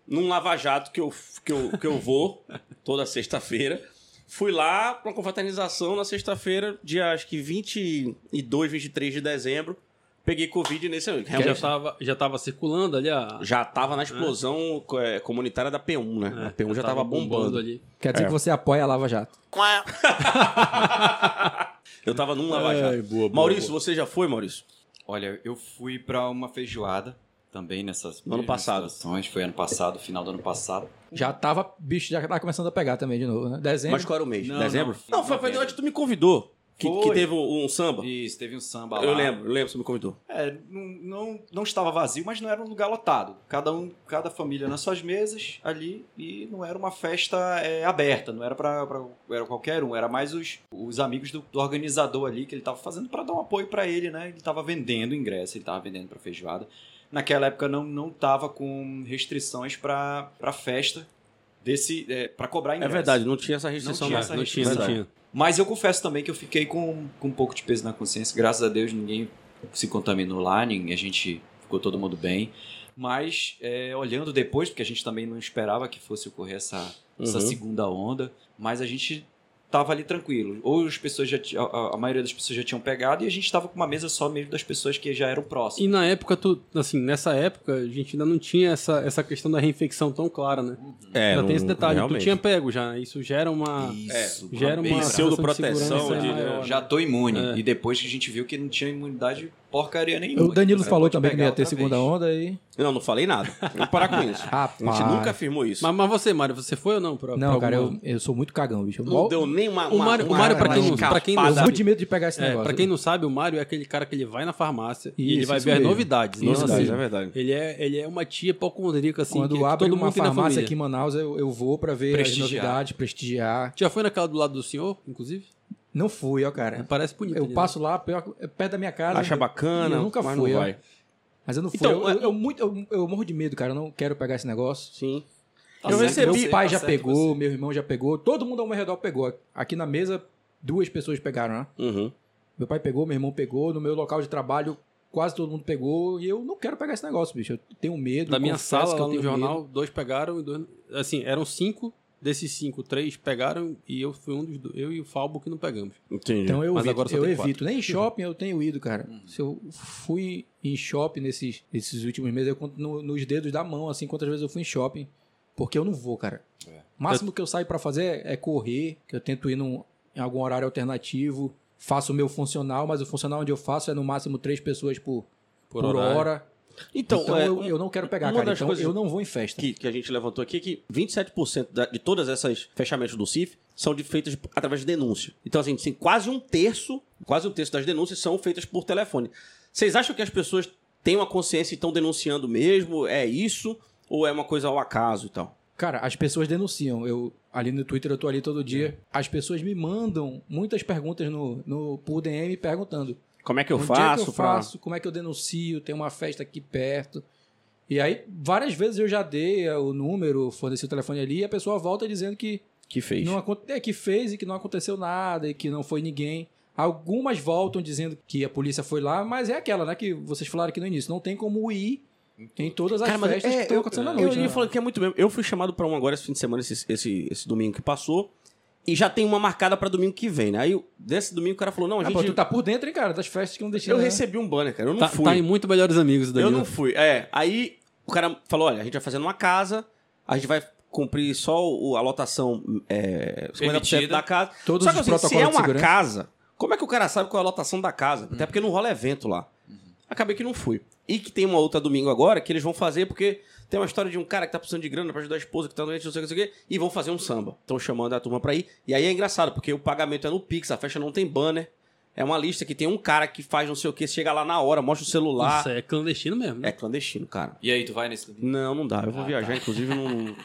A: num lava-jato que eu, que, eu, que eu vou [laughs] toda sexta-feira. Fui lá pra uma confraternização na sexta-feira, dia acho que 22, 23 de dezembro. Peguei Covid nesse.
D: Já tava, já tava circulando ali a.
A: Já tava na explosão é, comunitária da P1, né? a P1 já, tava, bombando.
D: ali.
C: Quer
A: É.
C: dizer que você apoia a Lava Jato.
A: Eu tava num Lava Jato.
D: Ai,
C: É,
D: boa, boa,
A: Maurício, você já foi, Maurício?
B: Olha, eu fui pra uma feijoada também nessas
A: No ano
B: mesmas
A: passado.
B: situações. Foi ano passado, final do ano passado.
C: Já tava, bicho, já tava começando a pegar também de novo, né? Dezembro.
A: Mas qual era o mês?
B: Não,
A: Dezembro?
B: não.
A: Não, foi, foi onde tu me convidou. Que, que
B: Foi.
A: teve um, um samba.
B: Isso, teve um samba lá.
A: Eu lembro, eu lembro, você me convidou.
B: É, não, não, não estava vazio, mas não era um lugar lotado. Cada um, cada família nas suas mesas ali e não era uma festa é, aberta, não era para era qualquer um, era mais os, os amigos do, do organizador ali que ele estava fazendo para dar um apoio para ele, né? Ele estava vendendo ingresso, ele estava vendendo para feijoada. Naquela época não não estava com restrições para festa desse para cobrar
A: É
B: ingresso.
A: verdade, não tinha essa restrição
B: tinha
A: mais.
B: essa
D: Não tinha, não
A: Verdade.
D: tinha.
B: Mas eu confesso também que eu fiquei com, com um pouco de peso na consciência. Graças a Deus ninguém se contaminou lá, ninguém, a gente ficou todo mundo bem. Mas é, olhando depois, porque a gente também não esperava que fosse ocorrer essa, essa
A: Uhum.
B: segunda onda, mas a gente tava ali tranquilo. Ou as pessoas já ti- a- a, a maioria das pessoas já tinham pegado e a gente tava com uma mesa só mesmo das pessoas que já eram próximas.
D: E na época, tu, assim, nessa época, a gente ainda não tinha essa, essa questão da reinfecção tão clara, né?
A: É,
D: ainda
A: não-
D: tem esse detalhe.
A: realmente.
D: Tu tinha pego já, né? Isso gera
B: Ah,
D: uma.
B: Isso,
D: Gera uma
B: parabéns.
A: sensação de
D: pseudoproteção
A: segurança
D: de-
A: maior,
B: é, Já tô imune.
D: É.
B: E depois que a gente viu que não tinha imunidade porcaria nenhuma.
C: O
B: Você
C: Danilo falou
B: pode
C: também que não ia
B: pegar
C: ter
B: outra
C: segunda
B: vez.
C: onda e.
A: Não, não falei nada. Vamos parar com isso.
C: Rapaz.
A: A gente nunca afirmou isso.
D: Mas, mas você, Mário, você foi ou não? Pra,
C: Não,
D: pra
C: cara,
D: alguma-
C: eu, eu sou muito cagão, bicho. Eu
A: Não
C: mal-
A: deu nem uma.
D: O
A: uma-
D: Mário- o
A: uma-
D: Mário, pra
A: uma
D: quem não- pra quem não
C: Eu
A: escapada.
C: sou muito de medo de pegar esse
D: É,
C: negócio.
D: pra quem não sabe, o Mário é aquele cara que ele vai na farmácia e ele
C: Isso,
D: vai
C: isso
D: ver as
C: mesmo.
D: novidades. Então,
C: Novidades,
D: assim,
A: é verdade.
D: Ele é, ele é uma tia hipocondríaca, assim,
C: Quando
D: que
C: abre
D: todo
C: uma
D: mundo tem na
C: farmácia
D: família.
C: aqui em Manaus, eu, eu vou pra ver
B: Prestigiar.
C: as novidades, prestigiar.
D: Já foi naquela do lado do senhor, inclusive?
C: Não fui, ó, cara.
D: Parece bonito.
C: Eu
D: ali, né?
C: passo lá, pior- é perto da minha casa.
A: Acha bacana.
C: Eu nunca
A: mas
C: fui,
A: Não
C: ó.
A: vai.
C: Mas eu não fui.
A: Então,
C: eu, eu-
A: é-
C: eu muito, eu, eu morro de medo, cara. Eu não quero pegar esse negócio.
A: Sim.
B: Tá
A: Eu
B: certo
A: recebi-
B: você,
C: Meu pai
B: tá
C: já
B: certo
C: pegou,
B: você.
C: meu irmão já pegou, todo mundo ao meu redor pegou. Aqui na mesa, duas pessoas pegaram, né?
A: Uhum.
C: Meu pai pegou, meu irmão pegou, no meu local de trabalho quase todo mundo pegou e eu não quero pegar esse negócio, bicho. Eu tenho medo.
D: Da minha
C: confesso
D: sala,
C: que eu
D: lá no
C: tenho
D: jornal,
C: medo.
D: dois pegaram e dois... Assim, eram cinco. Desses cinco, três pegaram e eu fui um dos... do- Eu e o Falbo que não pegamos.
A: Entendi.
C: Então eu
D: Mas
C: evito,
D: agora só
C: eu
D: tem quatro.
C: evito. Nem em shopping eu tenho ido, cara. Se eu fui em shopping nesses, nesses últimos meses, eu conto no- nos dedos da mão, assim, quantas vezes eu fui em shopping. Porque eu não vou, cara.
A: É.
C: O máximo que eu saio pra fazer é correr, que eu tento ir num, em algum horário alternativo. Faço o meu funcional, mas o funcional onde eu faço é no máximo três pessoas por, por,
D: horário.
C: hora.
A: Então,
C: Então,
A: é,
C: eu, eu não quero pegar,
A: uma
C: cara.
A: das
C: Então
A: coisas-
C: eu não vou em festa.
A: que, que a gente levantou aqui é que 27% da- de todas essas fechamentos do CIF são de- feitas através de denúncia. Então, assim, assim, quase um terço, quase um terço das denúncias são feitas por telefone. Vocês acham que as pessoas têm uma consciência e estão denunciando mesmo? É isso? Ou é uma coisa ao acaso e tal?
C: Cara, as pessoas denunciam. Eu ali no Twitter eu tô ali todo
A: É.
C: dia. As pessoas me mandam muitas perguntas no, no por DM perguntando.
A: Como é que eu
C: onde
A: faço?
C: é que eu
A: pra-
C: faço? Como é que eu denuncio? Tem uma festa aqui perto. E aí, várias vezes eu já dei é, o número, forneci o telefone ali, e a pessoa volta dizendo que,
A: Que fez?
C: não, aconte- é, que fez e que não aconteceu nada e que não foi ninguém. Algumas voltam dizendo que a polícia foi lá, mas é aquela, né, que vocês falaram aqui no início. Não tem como ir em todas as
A: Cara, mas
C: festas
A: é,
C: que estão
A: eu-
C: acontecendo à
A: Eu
C: noite.
A: ia
C: né?
A: falando que é muito mesmo. Eu fui chamado pra um agora esse fim de semana, esse, esse, esse domingo que passou. E já tem uma marcada pra domingo que vem, né? Aí, desse domingo, o cara falou: não, a
C: Ah,
A: gente.
C: pô, tu tá né?" por dentro, hein, cara, das festas que não deixei.
A: Eu recebi um banner, cara. Eu não
D: Tá,
A: fui.
D: tá em muito melhores amigos, o
A: Eu
D: Danilo.
A: não fui. É, aí o cara falou: olha, a gente vai fazer numa casa, a gente vai cumprir só o- a lotação é, 50%
B: Permitida.
A: da casa.
C: Todos
A: só que
C: os
A: assim, se
C: protocolos
A: é
C: de
A: uma
C: segurança.
A: casa, como é que o cara sabe qual é a lotação da casa? Até porque não rola evento lá. Acabei que não fui. E que tem uma outra domingo agora que eles vão fazer porque tem uma história de um cara que tá precisando de grana pra ajudar a esposa que tá doente, não sei o que, não sei o que, e vão fazer um samba. Estão chamando a turma pra ir. E aí é engraçado, porque o pagamento é no Pix, a festa não tem banner. É uma lista que tem um cara que faz não sei o que, chega lá na hora, mostra o celular.
D: Isso aí é clandestino mesmo, né?
A: É clandestino, cara.
B: E aí, tu vai nesse domingo?
A: Não, não dá. Eu vou
B: Ah,
A: viajar, inclusive,
B: [laughs]
A: não.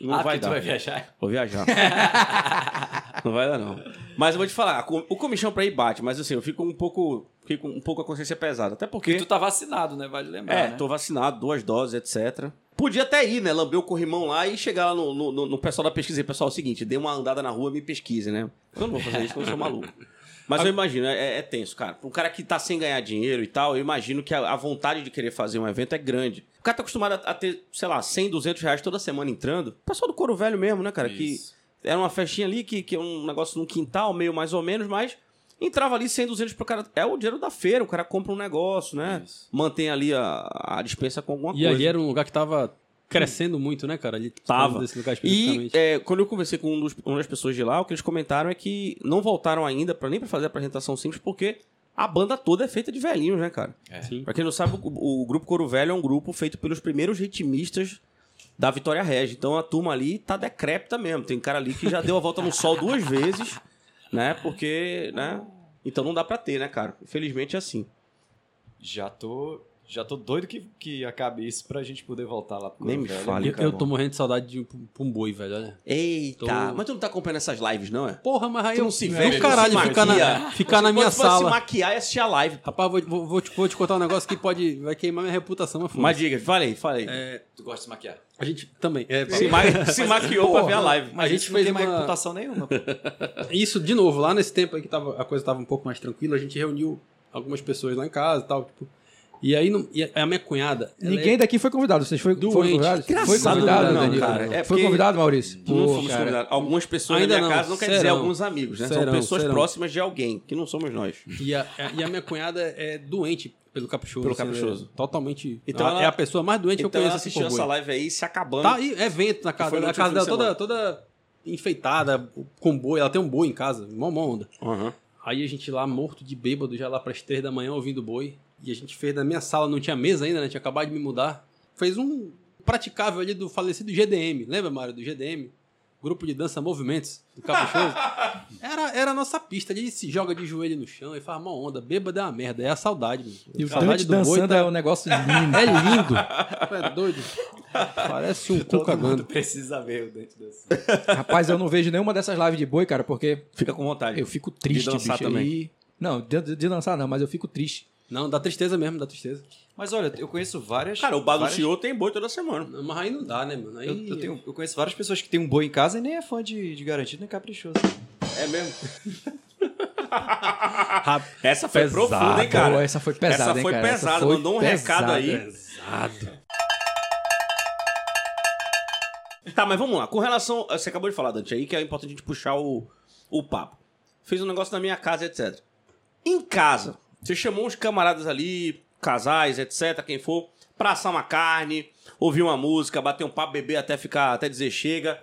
A: Não
B: ah,
A: vai
B: porque
A: dar.
B: tu vai viajar.
A: Vou
B: [laughs]
A: viajar. não vai dar, não. Mas eu vou te falar, a co- o comichão pra ir bate, mas assim, eu fico um pouco. Fico com um pouco a consciência pesada. Até
B: Porque
A: porque.
B: tu tá vacinado, né? Vale lembrar,
A: é,
B: né?
A: tô vacinado, duas doses, etc. Podia até ir, né? Lamber o corrimão lá e chegar lá no, no, no- no pessoal da pesquisa. e, Pessoal, é o seguinte, dê uma andada na rua e me pesquise, né? Eu não vou fazer isso, eu sou
B: [laughs]
A: maluco. Mas eu imagino, é, é tenso, cara. Um cara que tá sem ganhar dinheiro e tal, eu imagino que a, a vontade de querer fazer um evento é grande. O cara tá acostumado a, a ter, sei lá, 100, 200 reais toda semana entrando. Pessoal do couro velho mesmo, né, cara? Que
B: Isso.
A: era uma festinha ali, que, que é um negócio num quintal, meio mais ou menos, mas entrava ali 100, 200 pro cara. É o dinheiro da feira, o cara compra um negócio, né?
B: Isso.
A: Mantém ali a, a dispensa com alguma
D: E
A: coisa.
D: ali era um lugar que tava crescendo muito, né, cara? Ali
A: Tava.
D: Desse lugar
A: E
D: especificamente.
A: é, quando eu conversei com um dos- uma das pessoas de lá, o que eles comentaram é que não voltaram ainda para nem para fazer a apresentação simples, porque a banda toda é feita de velhinhos, né, cara?
B: É.
D: Sim.
A: Pra quem não sabe, o, o grupo Coro Velho é um grupo feito pelos primeiros ritmistas da Vitória Regia. Então a turma ali tá decrépita mesmo. Tem cara ali que já deu a volta no sol duas vezes, né? Porque, né? Então não dá pra ter, né, cara? Infelizmente é assim.
B: Já tô. Já tô doido que, que acabe isso pra gente poder voltar lá pro
A: Nem me
B: Velho.
A: fale.
D: Eu, eu
A: acabou.
D: tô morrendo de saudade de um pum- pum boi, velho. Olha.
A: Eita!
D: Tô-
A: Mas tu não tá acompanhando essas lives, não, é?
D: Porra, mas aí
A: Tu
D: eu
A: não se
D: do
A: veste,
D: caralho
A: não se
D: ficar na,
A: maquia.
D: ficar na
A: Você
D: minha
A: pode- pode se
D: sala.
A: maquiar e assistir a live.
D: Rapaz, vou, vou- vou te, vou te contar um negócio que pode. Vai queimar minha reputação, mas
A: Mas
D: foda-se.
A: diga, fala aí, fala aí.
B: Tu gosta de se maquiar?
D: A gente também. É,
A: se,
D: [laughs]
A: ma- se maquiou pra
B: Porra,
A: ver a live.
B: Mas a gente,
D: gente
B: não
D: fez
B: tem mais
D: uma-
B: reputação
A: [laughs]
B: nenhuma. pô.
D: Isso, de novo, lá nesse tempo aí que tava, a coisa tava um pouco mais tranquila, a gente reuniu algumas pessoas lá em casa e tal, tipo. E aí, não- e a minha cunhada. ela
C: Ninguém
D: é-
C: daqui foi convidado. Vocês foi- foram,
D: Doente.
C: convidados? Foi
A: Engraçado,
C: convidado,
A: não,
C: Danilo.
A: cara. É
C: foi
A: porque
C: convidado, Maurício?
A: não
C: Pô,
A: fomos
C: cara.
A: convidados. Algumas pessoas
D: Ainda
A: na minha
D: não,
A: casa, não quer dizer
D: serão.
A: alguns amigos, né? São
D: Serão,
A: pessoas
D: serão.
A: próximas de alguém, que não somos nós.
D: E a, e a minha cunhada é doente pelo caprichoso.
A: Pelo
D: ela é
A: caprichoso.
D: totalmente.
A: Então
D: Então
A: ela-
D: é a pessoa mais doente que eu
A: Então ela
D: conheço assim
A: assistiu
D: por
A: essa
D: boi.
A: live aí se acabando.
D: Tá, e é vento na casa
A: Foi no
D: dela.
A: último
D: A casa dela
A: fim de
D: toda, toda enfeitada, com boi. Ela tem um boi em casa, mó mó onda.
A: Aham. [laughs]
D: Aí a gente lá morto de bêbado, já lá pras três da manhã ouvindo boi. E a gente fez na minha sala, não tinha mesa ainda, né? Tinha acabado de me mudar. Fez um praticável ali do falecido GDM. Lembra, Mário, do GDM? Grupo de dança Movimentos, do
A: [laughs]
D: Caprichoso. Era, era a nossa pista. A gente se joga de joelho no chão e faz uma onda. Bêbado é uma merda, é a saudade, mano.
C: E o Dante
D: saudade do boi
C: dançando
D: tá...
C: é
A: [laughs]
C: um negócio lindo.
D: é lindo. é doido. Parece um cu
B: Todo mundo
D: cagando.
B: precisa ver o
A: né?
B: dente desse.
C: Rapaz, eu não vejo nenhuma dessas lives de boi, cara, porque
A: Fica com vontade.
C: eu fico triste,
A: De dançar
C: bicho.
A: também.
C: E- Não, de, de dançar não, mas eu fico triste.
D: Não, dá tristeza mesmo, dá tristeza.
B: Mas olha, eu conheço várias.
A: Cara, o Baluchiô tem boi toda semana.
D: Não, Mas aí não dá, né, mano? Aí...
B: várias- eu, eu tenho- eu conheço várias pessoas que têm um boi em casa e nem é fã de, de garantido nem caprichoso.
A: É
D: [laughs]
A: mesmo? Essa foi
D: Pesado.
A: profunda, hein, cara?
C: Pô, essa foi pesada,
A: Essa
C: hein,
A: foi
C: cara? Essa
A: pesada,
C: foi
A: mandou um recado
C: pesada.
A: aí. Tá, mas vamos lá. Com relação. Você acabou de falar, Dante, aí, que é importante a gente puxar o, o papo. Fez um negócio na minha casa, etc. Em casa, você chamou uns camaradas ali, casais, etc., quem for, pra assar uma carne, ouvir uma música, bater um papo, beber até ficar, até dizer chega.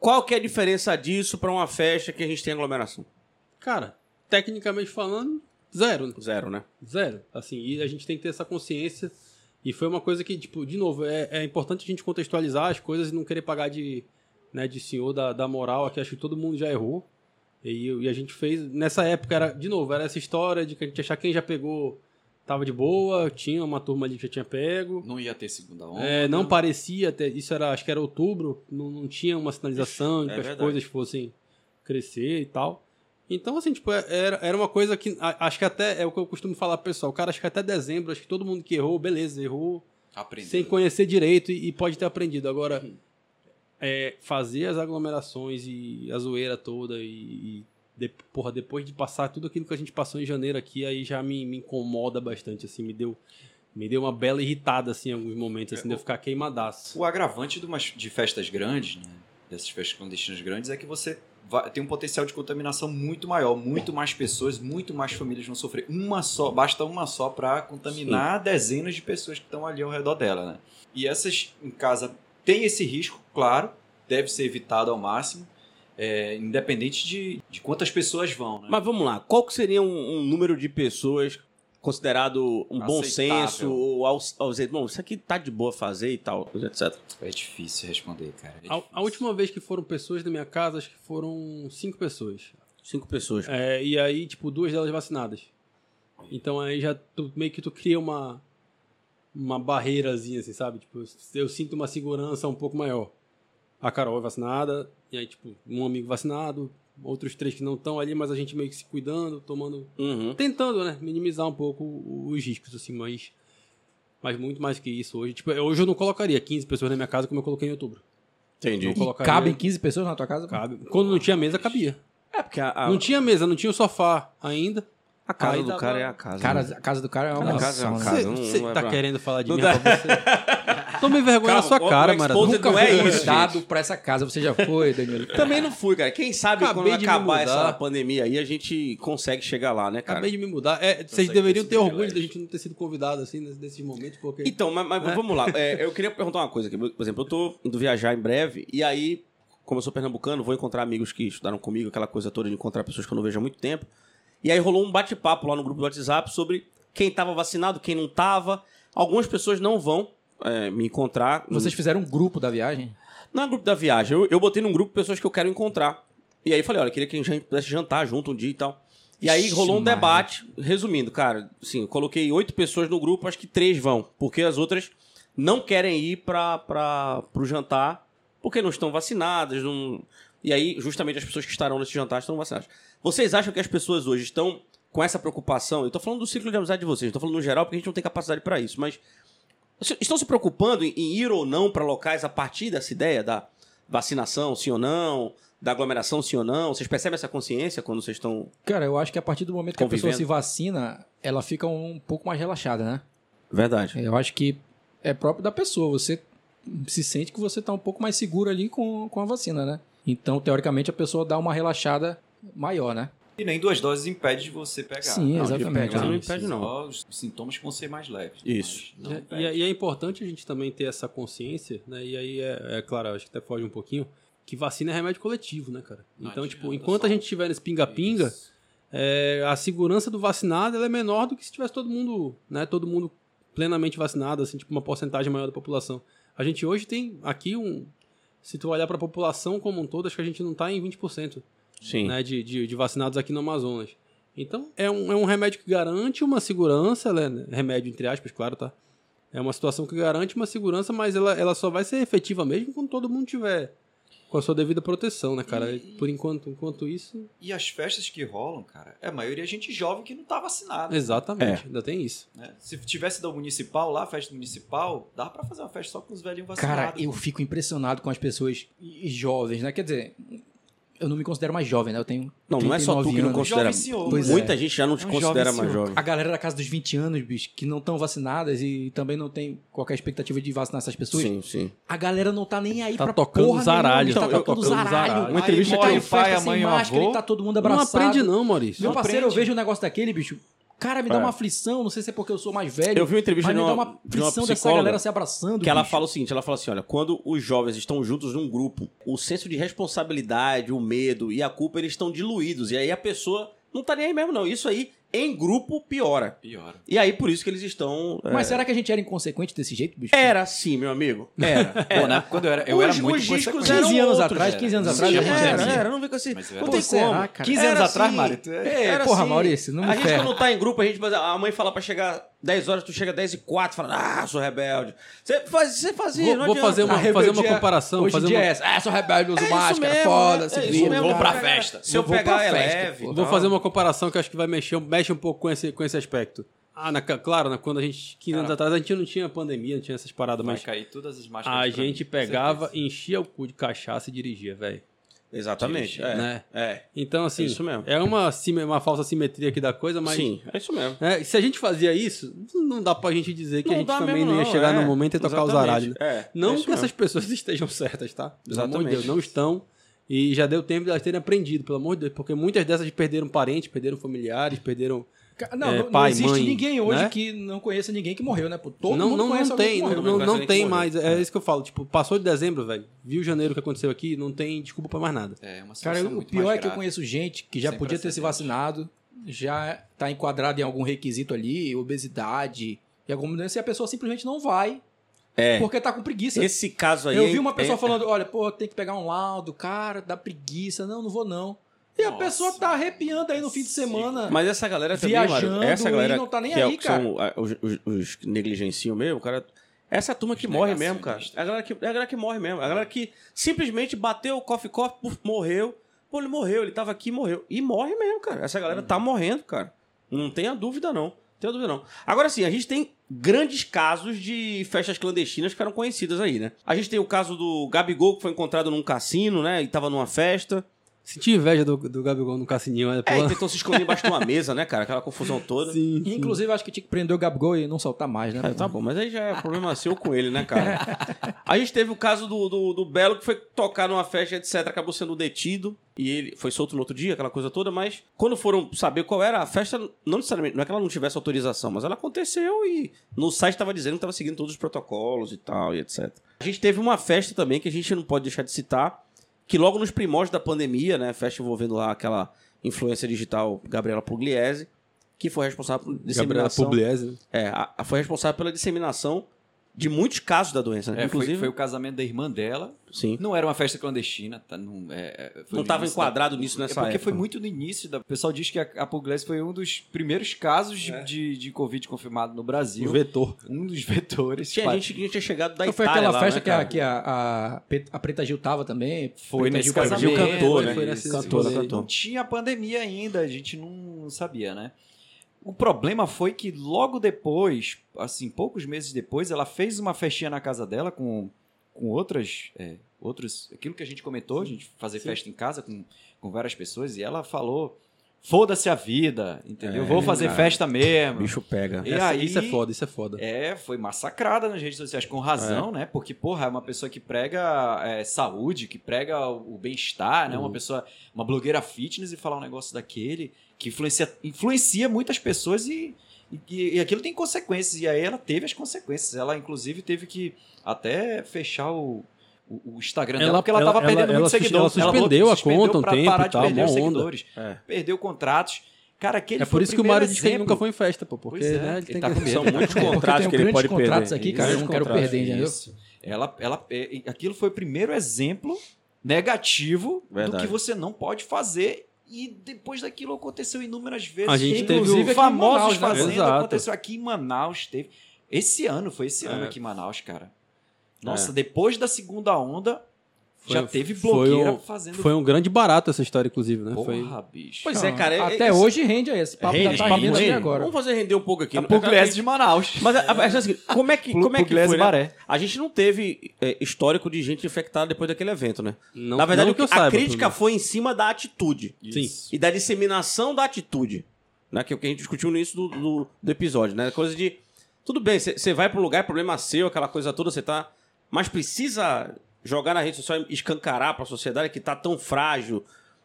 A: Qual que é a diferença disso pra uma festa que a gente tem aglomeração?
D: Cara, tecnicamente falando, zero. né?
A: Zero, né?
D: Zero. Assim, e a gente tem que ter essa consciência. E foi uma coisa que, tipo, de novo, é, é importante a gente contextualizar as coisas e não querer pagar de, né, de senhor da, da moral aqui. Acho que todo mundo já errou. E, e a gente fez. Nessa época, era, de novo, era essa história de que a gente achar quem já pegou tava de boa, tinha uma turma ali que já tinha pego.
B: Não ia ter segunda onda. né?
D: É, não parecia, até, isso era, acho que era outubro, não, não tinha uma sinalização de
A: É
D: que as
A: verdade.
D: coisas fossem crescer e tal. Então, assim, tipo, era, era uma coisa que a- acho que até é o que eu costumo falar pro pessoal, cara, acho que até dezembro, acho que todo mundo que errou, beleza, errou
B: Aprendeu.
D: sem conhecer direito e, e pode ter aprendido. Agora, é, fazer as aglomerações e a zoeira toda e, e de- porra, depois de passar tudo aquilo que a gente passou em janeiro aqui, aí já me, me incomoda bastante, assim, me deu, me deu uma bela irritada, assim, em alguns momentos, assim, de eu ficar queimadaço.
B: O agravante de, umas, de festas grandes, né? dessas festas clandestinas grandes, é que você vai- tem um potencial de contaminação muito maior. Muito mais pessoas, muito mais famílias vão sofrer. Uma só, basta uma só para contaminar dezenas de pessoas que estão ali ao redor dela. Né? E essas em casa tem esse risco, claro, deve ser evitado ao máximo, é, independente de, de quantas pessoas vão. Né?
A: Mas vamos lá, qual que seria um, um número de pessoas considerado um bom
B: Aceitável.
A: senso ou aos, aos bom, isso aqui tá de boa fazer e tal, etc.
B: É difícil responder, cara. É
D: A,
B: difícil.
D: a última vez que foram pessoas da minha casa, acho que foram cinco pessoas.
A: Cinco pessoas.
D: É, e aí, tipo, duas delas vacinadas. Então aí já tu, meio que tu cria uma uma barreirazinha, assim, sabe? Tipo, eu, eu sinto uma segurança um pouco maior. A Carol é vacinada, e aí, tipo, um amigo vacinado, outros três que não estão ali, mas a gente meio que se cuidando, tomando
A: Uhum.
D: tentando, né, minimizar um pouco os riscos, assim, mas, mas muito mais que isso hoje. Tipo, hoje eu não colocaria 15 pessoas na minha casa como eu coloquei em outubro.
A: Entendi.
D: Eu
C: E
D: colocaria-
C: cabem 15 pessoas na tua casa?
D: Cabe. Quando não tinha mesa, cabia.
A: É porque a, a,
D: Não tinha mesa, não tinha o sofá ainda.
A: a casa
D: aí
A: do
D: dava-
A: cara é a casa.
C: Cara,
A: né?
C: a casa do cara é
A: Cara,
C: uma
A: a casa é uma
C: mansão, né?
A: casa.
D: Você
A: não- não é
D: tá
A: pra-
D: querendo falar de
A: Não
D: mim? é pra você. Tome vergonha
A: Calma,
D: na sua
A: o-
D: cara,
A: o
D: Maradona.
A: exposed
D: Nunca um
A: não é
D: vi-
A: isso,
C: Dado pra essa casa, você já foi, Danilo?
A: [laughs] Também não fui, cara. Quem sabe
D: Acabei
A: quando
D: de me
A: acabar
D: mudar.
A: essa pandemia aí a gente consegue chegar lá, né, cara?
D: Acabei de me mudar. É, vocês
B: Consegue
D: deveriam
B: ter
D: ter
B: esse
D: orgulho da
B: privilégio.
D: gente não ter sido convidado assim nesse- nesses momentos, porque.
A: Então, mas, mas vamos lá. É, eu queria perguntar uma coisa aqui. Por exemplo, eu tô indo viajar em breve e aí, como eu sou pernambucano, vou encontrar amigos que estudaram comigo, aquela coisa toda de encontrar pessoas que eu não vejo há muito tempo. E aí rolou um bate-papo lá no grupo do WhatsApp sobre quem tava vacinado, quem não tava. Algumas pessoas não vão é, me encontrar.
C: Vocês fizeram um grupo da viagem?
A: Não é grupo da viagem. Eu, eu botei num grupo pessoas que eu quero encontrar. E aí falei, olha, queria que a gente pudesse jantar junto um dia e tal. E aí rolou um
B: Ixi, Maria.
A: debate, resumindo, cara, assim, eu coloquei oito pessoas no grupo, acho que três vão, porque as outras não querem ir para o jantar, porque não estão vacinadas, não... e aí justamente as pessoas que estarão nesse jantar estão vacinadas. Vocês acham que as pessoas hoje estão com essa preocupação? Eu tô falando do ciclo de amizade de vocês, não tô falando no geral, porque a gente não tem capacidade para isso, mas se- estão se preocupando em- em ir ou não para locais a partir dessa ideia da vacinação, sim ou não, da aglomeração, sim ou não? Vocês percebem essa consciência quando vocês estão
C: Cara, eu acho que a partir do momento que a
A: Convivendo.
C: pessoa se vacina, ela fica um pouco mais relaxada, né?
A: Verdade.
C: Eu acho que é próprio da pessoa. Você se sente que você tá um pouco mais seguro ali com, com a vacina, né? Então, teoricamente, a pessoa dá uma relaxada maior, né?
B: E nem duas doses impede de você pegar.
C: Sim,
B: Não, de
C: exatamente.
B: pegar,
A: Não impede, não.
B: Só os sintomas que vão ser mais leves. né?
A: Isso.
B: mas não
D: É,
B: impede.
D: e, é- e é importante a gente também ter essa consciência, né? E aí, é, é claro, acho que até foge um pouquinho, que vacina é remédio coletivo, né, cara?
B: Não
D: Então,
B: adianta
D: tipo, enquanto
B: só-
D: a gente tiver nesse pinga-pinga,
B: Isso.
D: é, a segurança do vacinado ela é menor do que se tivesse todo mundo, né? Todo mundo plenamente vacinado, assim, tipo uma porcentagem maior da população. A gente hoje tem aqui um... Se tu olhar pra população como um todo, acho que a gente não tá em 20%
A: Sim.
D: né, de, de, de vacinados aqui no Amazonas. Então, é um, é um remédio que garante uma segurança, né? remédio entre aspas, claro, tá? É uma situação que garante uma segurança, mas ela, ela só vai ser efetiva mesmo quando todo mundo tiver com a sua devida proteção, né, cara?
B: E-
D: Por enquanto, enquanto isso...
B: E as festas que rolam, cara, é a maioria é gente jovem que não tá vacinada.
D: Exatamente, ainda tem isso.
B: né? Se tivesse da municipal lá, festa municipal, dá pra fazer uma festa só com os velhinhos vacinados.
C: Cara, eu fico impressionado com as pessoas i- jovens, né? Quer dizer, eu não me considero mais jovem, né? Eu tenho.
A: Não, não é só tu
C: 39
A: que não
C: anos.
A: considera.
B: Jovem senhor,
C: Pois é.
A: Muita gente já não te
B: É um
A: considera
B: jovem
A: mais
B: senhor.
A: jovem.
C: A galera da casa dos 20 anos, bicho, que não estão vacinadas e também não tem qualquer expectativa de vacinar essas pessoas.
A: Sim, sim.
C: A galera não tá nem aí
D: Tá
C: pra
D: tocando
C: porra
D: zaralho.
C: nenhuma,
D: Então,
C: tá
D: eu-
C: tocando
D: tocando
C: zaralho.
D: zaralho.
B: Uma entrevista
C: Aí
B: com
C: morre
B: o pai,
C: festa
B: a
C: sem
B: mãe, o
C: máscara,
B: avô.
C: e tá todo mundo
D: Não
C: abraçado.
D: aprende não, Maurício.
C: Meu
B: Não
C: parceiro, eu
B: aprende.
C: vejo um negócio daquele, bicho. Cara, me dá
A: É.
C: uma aflição, não sei se é porque eu sou mais velho.
A: Eu vi uma entrevista
C: mas
A: de
C: me dá
A: uma,
C: uma
A: de uma
C: aflição dessa
A: psicóloga
C: galera se abraçando.
A: que ela
C: bicho.
A: fala o seguinte, ela fala assim, olha, quando os jovens estão juntos num grupo, o senso de responsabilidade, o medo e a culpa, eles estão diluídos. E aí a pessoa não tá nem aí mesmo, não. Isso aí, em grupo, piora.
B: Piora.
A: E aí, por isso que eles estão... é,
C: Mas será que a gente era inconsequente desse jeito, bicho?
A: Era sim, meu amigo.
B: [laughs]
A: Era.
B: Pô, na época, quando eu era, eu era
A: Os-
B: muito
A: os discos
B: consequente.
A: eram
C: 15 anos
A: outros,
C: atrás,
A: era.
C: 15 anos
B: Não
C: atrás,
B: tinha
C: a gente
B: muito
A: era,
C: assim.
A: era, não vem com esse...
B: Mas era.
A: Não
C: Pô,
A: tem
C: será,
A: como.
C: cara?
B: 15 anos
A: Era
B: atrás,
A: assim.
B: Mário, tu é-
A: Era
C: Porra,
A: assim.
C: Maurício, não
A: a
C: me
A: gente
C: ferra.
A: quando tá em grupo, a gente a mãe fala pra chegar 10 horas, tu chega 10 e 4, fala, ah, sou rebelde. Você faz, você fazia,
D: Vou,
A: não
D: vou
A: adianta.
D: fazer uma,
C: A
D: fazer uma
C: rebeldia
D: comparação.
C: Hoje em
D: fazer
C: dia
D: uma-
C: é essa. Ah, sou rebelde, uso
A: É isso
C: máscara,
A: mesmo,
C: foda,
A: é
C: se
A: isso
C: vira. tá
A: mesmo,
B: Vou
A: cara.
B: pra festa.
A: Se eu
C: Vou pra
A: pegar, é
C: festa,
A: leve.
C: pô.
A: e
D: Vou
A: tal.
D: fazer uma comparação que eu acho que vai mexer, mexe um pouco com esse, com esse aspecto. Ah, na ca- claro, na- quando a gente, 15 anos
B: Cara,
D: atrás, a gente não tinha pandemia, não tinha essas paradas,
B: Vai
D: mas
B: cair todas as máscaras.
D: a
B: pra
D: gente
B: mim,
D: pegava,
B: certeza.
D: enchia o cu de cachaça e dirigia, velho.
A: Exatamente. É,
D: Né?
A: é.
D: Então, assim,
A: É isso mesmo.
D: é uma, sime- uma falsa simetria aqui da coisa, mas
A: Sim, é isso mesmo.
D: né, se a gente fazia isso, não dá pra gente dizer que a gente
A: dá
D: também
A: mesmo
D: não ia
A: não,
D: chegar
A: é.
D: no momento e tocar os
A: Exatamente,
D: aralhos. né?
A: É,
D: Não
A: é
D: que
A: isso
D: essas pessoas [laughs] estejam certas, tá? Pelo amor de
A: Exatamente.
D: Deus, não estão. E já deu tempo de elas terem aprendido, pelo amor de Deus, porque muitas dessas perderam parentes, perderam familiares, perderam
C: Ca- Não,
D: É,
C: não- não
D: pai,
C: existe
D: mãe,
C: ninguém hoje
D: né?
C: que não conheça ninguém que morreu, né? pô? Todo
D: não,
C: mundo
D: não,
C: conhece
D: não
C: alguém
D: tem,
C: que morreu. né?
D: não, não,
A: conhece alguém que
D: tem
A: morreu.
D: mais. É isso que eu falo. Tipo, passou de dezembro, velho. Viu janeiro o que aconteceu aqui, não tem desculpa pra mais nada.
B: É, uma situação
C: Cara, o
B: muito
C: pior
B: mais
C: é que eu
B: grave.
C: conheço gente que já
B: Sem
C: podia ter se
B: precedentes.
C: vacinado, já tá enquadrado em algum requisito ali, obesidade e alguma doença, e a pessoa simplesmente não vai
A: É.
C: porque tá com preguiça.
A: Esse caso aí.
C: Eu vi uma
A: é-
C: pessoa
A: é-
C: falando, olha, pô, tem que pegar um laudo, cara, dá preguiça, não, não vou não. E a
B: Nossa.
C: pessoa tá arrepiando aí no fim de semana.
A: Mas essa galera também,
C: Viajando
A: Mário, essa galera
C: e não tá nem
A: que é o
C: aí,
A: que são ah, os, os, os que negligenciam mesmo, cara. Essa turma que
B: Os
A: morre mesmo, cara.
B: negacionistas.
A: É a galera que, é a galera que morre mesmo. É A galera que simplesmente bateu o coffee coffee, puf, morreu. Pô, ele morreu, ele tava aqui e morreu. E morre mesmo, cara. Essa galera
C: Uhum.
A: tá morrendo, cara. Não tenha dúvida, não. Não tenha dúvida, não. Agora sim, a gente tem grandes casos de festas clandestinas que ficaram conhecidas aí, né? A gente tem o caso do Gabigol, que foi encontrado num cassino, né? E tava numa festa.
D: Senti inveja do, do Gabigol no cassininho, né?
A: É,
D: Pô,
A: e tentou se esconder embaixo de uma mesa, né, cara? Aquela confusão toda.
D: sim, sim.
C: Inclusive, eu acho que tinha que prender o Gabigol e não soltar mais, né?
A: É, tá bom, mas aí já é problema seu com ele, né, cara? A gente teve o caso do, do, do Belo que foi tocar numa festa, etc. Acabou sendo detido e ele foi solto no outro dia, aquela coisa toda. Mas quando foram saber qual era a festa, não necessariamente, não é que ela não tivesse autorização, mas ela aconteceu e no site estava dizendo que estava seguindo todos os protocolos e tal, e etc. A gente teve uma festa também que a gente não pode deixar de citar, que logo nos primórdios da pandemia, né, festa envolvendo lá aquela influência digital Gabriela Pugliese, que foi responsável por
D: Gabriela
A: disseminação.
D: Pugliese. né?
A: É, a- a- foi responsável pela disseminação de muitos casos da doença, né?
B: É, foi,
A: inclusive.
B: foi o casamento da irmã dela.
A: Sim.
B: Não era uma festa clandestina. Tá, não é, é, foi
A: Não
B: no
A: estava
B: início da-
A: enquadrado nisso
B: É
A: nessa
B: porque
A: época.
B: foi muito no início. Da... O pessoal diz que a, a Pugliese foi um dos primeiros casos de,
A: É.
B: de, de Covid confirmado no Brasil.
D: vetor.
B: Um dos vetores.
A: Tinha
B: Pa-
A: gente que tinha chegado da
C: Então foi
A: Itália
C: aquela
A: lá,
C: festa
A: né,
C: que, a,
A: cara?
C: que a, a, Pe- a Preta Gil tava também.
B: Foi
C: Preta
B: nesse
C: Gil
B: casamento.
C: Gil
A: cantou, né?
B: Foi nesse-
A: Cantou,
B: nesse-
A: ela cantou.
B: Tinha pandemia ainda, a gente não sabia, né? O problema foi que logo depois, assim, poucos meses depois, ela fez uma festinha na casa dela com, com outras... é, outros, aquilo que a gente comentou, a gente fazer festa em casa com, com várias pessoas, e ela falou... Foda-se a vida, entendeu?
A: É,
B: Vou fazer
A: cara.
B: festa mesmo.
A: Bicho pega.
B: E
D: Essa-
B: aí-
D: Isso é foda, isso é foda.
B: É, foi massacrada nas redes sociais, com razão, né? Porque, porra, é uma pessoa que prega é, saúde, que prega o o bem-estar, né?
D: Uhum.
B: Uma pessoa, uma blogueira fitness e falar um negócio daquele, que influencia, influencia muitas pessoas e, e, e aquilo tem consequências. E aí ela teve as consequências. Ela, inclusive, teve que até fechar o. o- o Instagram dela,
D: Ela-
B: porque ela,
D: ela-
B: tava perdendo
D: ela-
B: muito
D: ela sus-
B: seguidor.
D: ela suspendeu a
B: suspendeu
D: conta um
B: pra
D: tempo
B: parar
D: e
B: de
D: tal,
B: perder
D: uma
B: os
D: onda.
B: seguidores.
A: É.
B: Perdeu contratos. Cara, aquele
D: É por
B: foi
D: isso que o
B: primeiro
D: Mário disse que ele
B: exemplo.
D: nunca foi em festa, pô. Porque,
B: Pois é,
D: né, ele
B: ele
D: tem
B: tá
D: que...
B: com medo.
A: São muitos
C: É, porque
A: contratos
C: eu
A: que
C: tenho
A: ele
C: grandes
A: pode
C: contratos
A: perder.
B: é
C: aqui, cara. Eu não
A: Grandes
C: quero
A: contratos.
C: perder, entendeu?
B: Isso. um Ela, ela, é, aquilo foi o primeiro exemplo negativo do
A: Verdade.
B: que você não pode fazer. E depois daquilo aconteceu inúmeras vezes.
D: A gente teve
B: Inclusive,
D: o-
B: famosos
D: aqui em Manaus, né?
B: fazendo.
D: Exato.
B: Aconteceu aqui em Manaus. Teve. Esse ano, foi esse ano
A: É.
B: aqui em Manaus, cara. Nossa, depois da segunda onda,
D: Foi-
B: já teve
D: foi
B: blogueira
D: um-
B: fazendo.
D: Foi um grande barato essa história, inclusive, né?
B: Porra,
D: Foi...
B: bicho.
A: Pois é,
C: Não,
A: cara. é-
C: Até
A: é-
C: hoje rende a esse papo
A: Rende,
C: da tá
A: papo
C: rendendo até
A: rende.
C: agora.
A: Vamos fazer render um pouco aqui.
B: a Pugliese de Manaus.
A: Mas a, a- a- assim, como é que, como é que
B: Pugliese
A: foi, né?
B: Baré.
A: A gente não teve é, histórico de gente infectada depois daquele evento, né?
D: Não-
A: Na verdade,
D: não
A: o que
D: que eu saiba,
A: a crítica
D: pelo
A: foi em cima da atitude.
D: Sim.
A: E da disseminação da atitude. Né? Que é o que a gente discutiu no início do, do, do episódio, né? Coisa de. Tudo bem, você vai para um lugar, é problema seu, aquela coisa toda, você tá. Mas precisa jogar na rede social e escancarar para a sociedade que tá tão frágil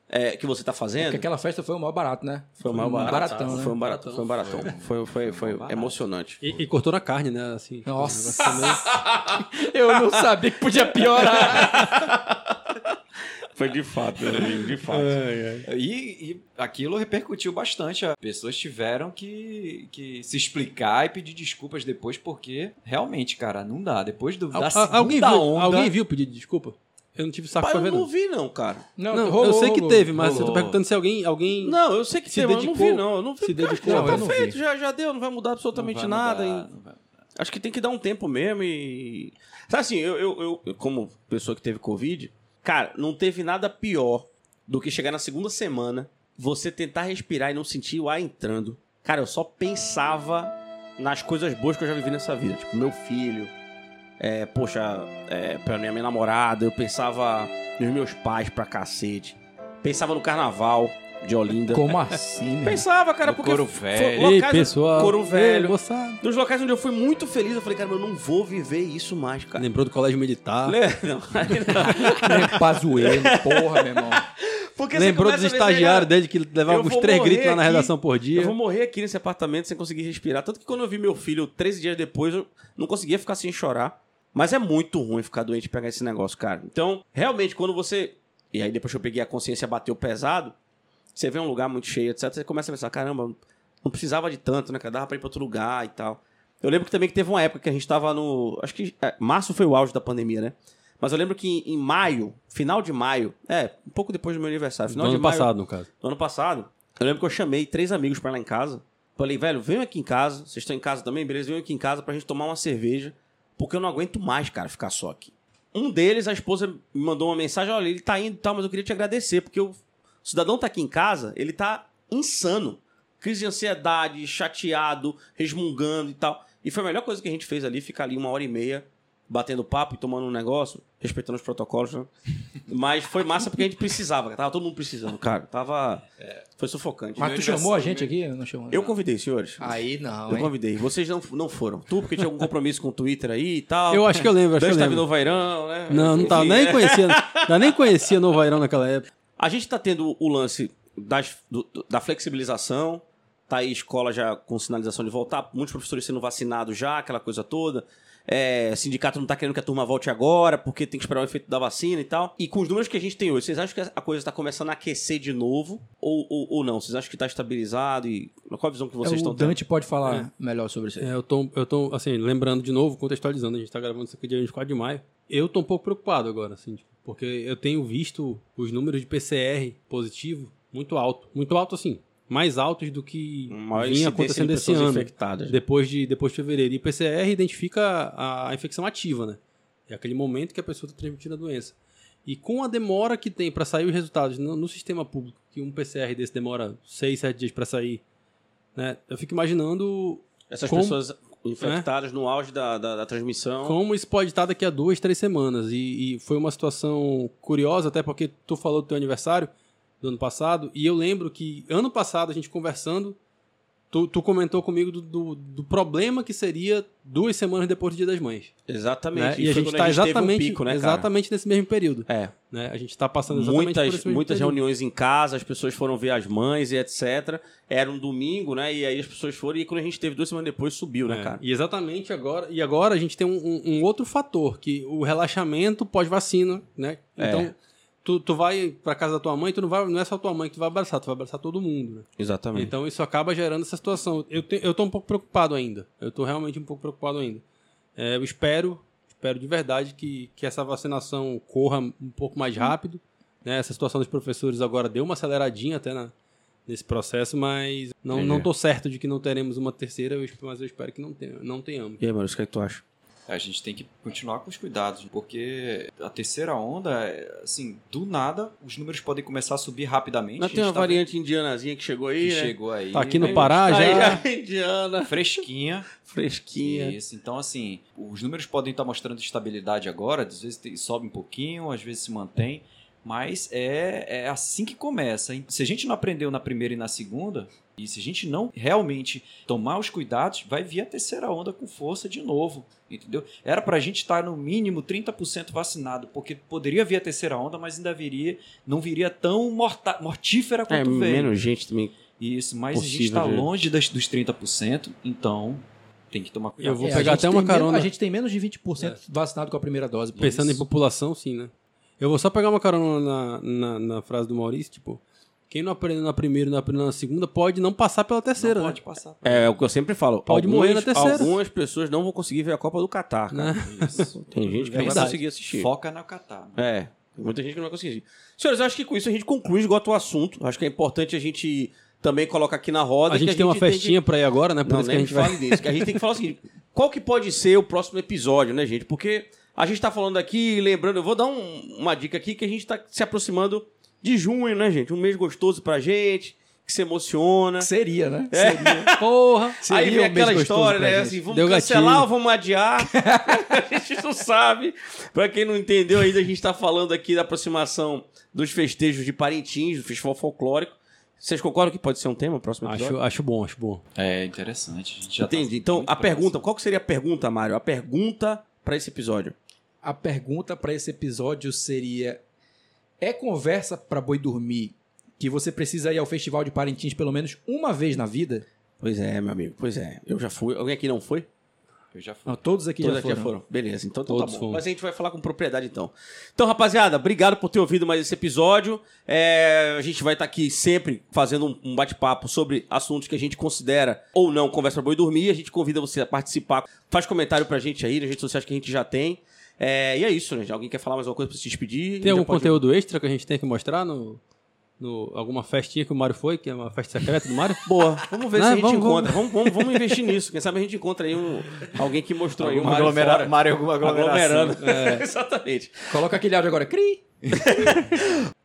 A: é, que você tá fazendo.
C: Porque aquela festa foi o maior barato, né?
A: Foi um
C: um
A: barato,
C: baratão, né?
A: Foi um baratão, foi um baratão. Foi, foi,
B: Foi um
A: foi,
B: barato.
A: emocionante.
D: E, e cortou na carne, né? Assim,
C: Nossa.
D: o negócio também-
C: Eu não sabia que podia piorar.
A: Foi de fato, de fato.
B: E, e aquilo repercutiu bastante. As pessoas tiveram que, que se explicar e pedir desculpas depois, porque realmente, cara, não dá. Depois do,
D: Al-
B: da
D: al-
B: segunda
D: alguém, viu,
B: onda...
D: alguém viu o pedido de desculpa? Eu não tive saco
A: Pai,
D: pra
A: eu
D: ver,
A: não
D: não.
A: vi, não, cara.
C: Não,
D: Não,
C: rolou,
D: eu sei que
C: rolou.
D: teve, mas eu
B: Rolou.
D: tô perguntando se alguém. alguém...
A: Não, eu sei que
D: Se
A: tem, mas eu não vi,
D: dedicou-
A: não. Eu não vi.
D: se
A: cara,
D: dedicou,
A: não,
C: eu
A: tá
C: não vi.
A: feito, já, já deu, não vai mudar
B: Não vai
A: absolutamente
B: mudar,
A: nada. e-
B: não vai mudar.
A: Acho que tem que dar um tempo mesmo e. Sabe assim, eu, eu, eu, como pessoa que teve Covid, cara, não teve nada pior do que chegar na segunda semana, você tentar respirar e não sentir o ar entrando. Cara, eu só pensava nas coisas boas que eu já vivi nessa vida. Tipo, meu filho, é, poxa, é, pra minha, minha namorada, eu pensava nos meus pais pra cacete. Pensava no carnaval de Olinda.
C: Como assim, meu?
A: Pensava, cara,
B: No
A: porque.
B: couro
A: foi-
B: velho.
A: locais-
D: É,
A: é
D: Ei, pessoal.
A: Couro velho.
D: Ei, moçada.
A: Dos locais onde eu fui muito feliz, eu falei, cara, eu não vou viver isso mais, cara.
D: Lembrou do colégio militar.
A: Le- [laughs] Não, aí não.
C: Nem Pazuello, é porra, meu irmão.
A: Porque você
D: Lembrou
A: começa a
D: dos
A: ver, cara,
D: estagiários dele que
A: eu
D: levava uns
A: vou
D: três
A: morrer
D: gritos lá na
A: aqui,
D: redação por dia.
A: Eu vou morrer aqui nesse apartamento sem conseguir respirar. Tanto que quando eu vi meu filho 13 dias depois, eu não conseguia ficar sem chorar. Mas é muito ruim ficar doente e pegar esse negócio, cara. Então, realmente, quando você. E aí depois que eu peguei a consciência, bateu pesado. Você vê um lugar muito cheio, etc. Você começa a pensar, caramba, não precisava de tanto, né? Cara, dava pra ir pra outro lugar e tal. Eu lembro que também que teve uma época que a gente tava no. Acho que. é, março foi o auge da pandemia, né? Mas eu lembro que em, em maio, final de maio, é, um pouco depois do meu aniversário,
D: No
A: final de
D: ano
A: maio.
D: passado, no caso.
A: No ano passado, eu lembro que eu chamei três amigos pra lá em casa. Falei, velho, venham aqui em casa. Vocês estão em casa também? Beleza, venham aqui em casa pra gente tomar uma cerveja. Porque eu não aguento mais, cara, ficar só aqui. Um deles, a esposa me mandou uma mensagem: olha, ele tá indo e tal, mas eu queria te agradecer, porque o cidadão tá aqui em casa, ele tá insano. Crise de ansiedade, chateado, resmungando e tal. E foi a melhor coisa que a gente fez ali, ficar ali uma hora e meia, batendo papo e tomando um negócio, respeitando os protocolos, né? Mas foi massa porque a gente precisava, cara. Tava todo mundo precisando, cara. Tava. Foi sufocante.
C: Mas Ah, tu chamou a gente aqui? Não chamou.
A: Eu convidei, senhores.
C: Aí não,
A: Eu
C: hein?
A: convidei. Vocês não, não foram. Tu, porque tinha algum compromisso com o Twitter aí e tal.
D: Eu acho que eu lembro, acho que eu
A: Deve
D: lembro.
A: no Vairão, né?
D: Não, não
A: Enfim,
D: tava,
A: é. [laughs]
D: nem conhecia. Eu nem conhecia Novo Airão naquela época.
A: A gente tá tendo o lance das- do- do- da flexibilização, tá aí escola já com sinalização de voltar, muitos professores sendo vacinados já, aquela coisa toda. é, sindicato não tá querendo que a turma volte agora, porque tem que esperar o efeito da vacina e tal. E com os números que a gente tem hoje, vocês acham que a coisa está começando a aquecer de novo ou, ou, ou não? Vocês acham que está estabilizado? E qual a visão que vocês
C: É, o
A: estão tendo?
C: Dante pode falar melhor sobre isso. aí.
D: É, eu tô, eu tô, assim, lembrando de novo, contextualizando, a gente tá gravando isso aqui dia 24 de maio. Eu tô um pouco preocupado agora, assim, tipo, porque eu tenho visto os números de PCR positivo muito alto. Muito alto, assim, mais altos do que
A: Um Maior
D: vinha
A: incidência
D: acontecendo
A: de
D: esse
A: pessoas
D: ano.
A: infectadas. né?
D: Depois de, depois de fevereiro. E PCR identifica a, a infecção ativa, né? É aquele momento que a pessoa está transmitindo a doença. E com a demora que tem para sair os resultados no, no sistema público, que um PCR desse demora 6, 7 dias para sair, né? Eu fico imaginando
A: Essas
D: Como-
A: pessoas infectadas
D: né?
A: no auge da, da, da transmissão.
D: como isso pode estar daqui a duas, três semanas. E, e foi uma situação curiosa, até porque tu falou do teu aniversário do ano passado, e eu lembro que ano passado a gente conversando, tu, tu comentou comigo do, do, do problema que seria duas semanas depois do Dia das Mães. né?
A: Exatamente.
D: E,
A: foi
D: a gente
A: quando
D: está
A: teve um
D: exatamente,
A: pico, né, cara?
D: exatamente nesse mesmo período.
A: É,
D: Né? A gente está passando exatamente por
A: muitas,
D: esse mesmo
A: muitas
D: período.
A: reuniões em casa, as pessoas foram ver as mães e etc. Era um domingo, né? E aí as pessoas foram, e quando a gente teve duas semanas depois, subiu, né,
D: É,
A: cara?
D: E exatamente agora. E agora a gente tem um, um- um outro fator, que o relaxamento pós-vacina, né?
A: É.
D: Então, tu, tu vai pra casa da tua mãe, tu não vai. Não é só tua mãe que tu vai abraçar, tu vai abraçar todo mundo, né?
A: Exatamente.
D: Então isso acaba gerando essa situação. Eu, te- eu tô um pouco preocupado ainda. Eu tô realmente um pouco preocupado ainda. É, eu espero, espero de verdade que, que essa vacinação corra um pouco mais rápido. né? Essa situação dos professores agora deu uma aceleradinha até na- nesse processo, mas não,
B: Entendi.
D: não tô certo de que não teremos uma terceira, eu esp- mas eu espero que não, tenha, não tenhamos.
A: E aí, mano, o que é que tu acha?
B: A gente tem que continuar com os cuidados, porque a terceira onda, é, assim, do nada, os números podem começar a subir rapidamente.
A: Nós
B: A
A: tem uma
B: gente tá
A: variante indianazinha que chegou
B: vendo
A: aí,
B: que
A: né?
B: chegou aí.
D: Tá aqui no
B: né?
D: Pará
A: Aí
D: já.
A: já é [laughs] indiana,
B: Fresquinha.
A: fresquinha.
B: Isso, então assim, os números podem estar mostrando estabilidade agora, às vezes te- sobe um pouquinho, às vezes se mantém, mas é, é assim que começa. hein? Se a gente não aprendeu na primeira e na segunda, e se a gente não realmente tomar os cuidados, vai vir a terceira onda com força de novo, entendeu? Era pra gente estar no mínimo 30% vacinado, porque poderia vir a terceira onda, mas ainda viria, não viria tão morta- mortífera
D: Tá
A: É,
B: quanto veio.
A: menos gente também.
B: Isso, mas a gente
A: possível
B: está
A: de-
B: longe das- dos 30%, então tem que tomar cuidado.
D: Eu vou
C: É, a
D: pegar
C: gente
D: até uma
C: tem men-
D: carona.
C: A gente tem menos de 20% vacinado com a primeira dose. pô.
D: Pensando em
C: Isso.
D: população, sim, né? Eu vou só pegar uma carona na, na, na frase do Maurício, tipo, quem não aprendeu na primeira e não aprendeu na segunda pode não passar pela terceira,
B: não
D: né?
B: pode passar.
A: É, o que eu sempre falo.
D: Pode morrer na terceira.
A: Algumas pessoas não vão conseguir ver a Copa do Catar, cara.
D: Né?
A: [laughs]
B: Isso.
A: Tem gente que não vai
D: Verdade.
A: conseguir assistir.
B: Foca na Catar. né?
A: É, tem muita gente que não vai conseguir. Senhores, eu acho que com isso a gente conclui, esgota o assunto. Acho que é importante a gente também colocar aqui na roda.
D: A
A: que
D: gente tem uma
A: que-
D: festinha pra ir agora, né? Por
A: Não,
D: isso que
A: nem
D: a
A: me
D: gente vai.
A: fale disso. Que a gente tem que falar o seguinte: qual que pode ser o próximo episódio, né, gente? Porque a gente tá falando aqui, lembrando, eu vou dar um- uma dica aqui que a gente tá se aproximando de junho, né, gente? Um mês gostoso pra gente, que se emociona.
C: Seria, né?
A: É.
D: [laughs] Porra!
A: Aí vem
C: um mês
A: aquela
C: gostoso
A: história,
C: pra
A: né?
C: gente.
A: Assim, vamos
D: Deu
A: cancelar
D: gatilho.
A: ou vamos adiar? [laughs] a gente não sabe. Pra quem não entendeu ainda, a gente tá falando aqui da aproximação dos festejos de Parintins, do Festival Folclórico. Vocês concordam que pode ser um tema o próximo episódio?
D: Acho, acho bom, acho bom.
B: É interessante. A gente já tá
A: Entendi. Então,
B: muito
A: a
B: próximo.
A: pergunta, qual que seria a pergunta, Mário? A pergunta pra esse episódio.
C: A pergunta pra esse episódio seria: é conversa pra boi dormir que você precisa ir ao Festival de Parintins pelo menos uma vez na vida?
A: Pois é, meu amigo. Pois é. Eu já fui. Alguém aqui não foi?
B: Eu já fui.
C: Não, todos aqui
A: Todos
C: já
A: aqui
C: foram.
A: já foram. Beleza, então, então
D: Todos
A: tá bom.
D: foram.
A: Mas a gente vai falar com propriedade então. Então, rapaziada, obrigado por ter ouvido mais esse episódio. É, a gente vai estar aqui sempre fazendo um, um bate-papo sobre assuntos que a gente considera ou não conversa pra boi dormir. A gente convida você a participar. Faz comentário pra gente aí nas redes sociais que a gente já tem. É, e é isso, gente. Alguém quer falar mais alguma coisa pra se despedir?
D: Tem
A: Já
D: algum
A: pode-
D: conteúdo extra que a gente tem que mostrar no, no alguma festinha que o Mário foi, que é uma festa secreta do Mário?
A: Boa, vamos ver se
D: Né?
A: a gente
D: Vamos-
A: encontra. Vamos, vamos, vamos investir nisso. Quem sabe a gente encontra aí um, alguém que mostrou aí um Mário fora.
B: Mário, alguma aglomeração.
A: Aglomerando. [laughs]
D: É.
A: Exatamente.
C: Coloca aquele áudio agora. Cri!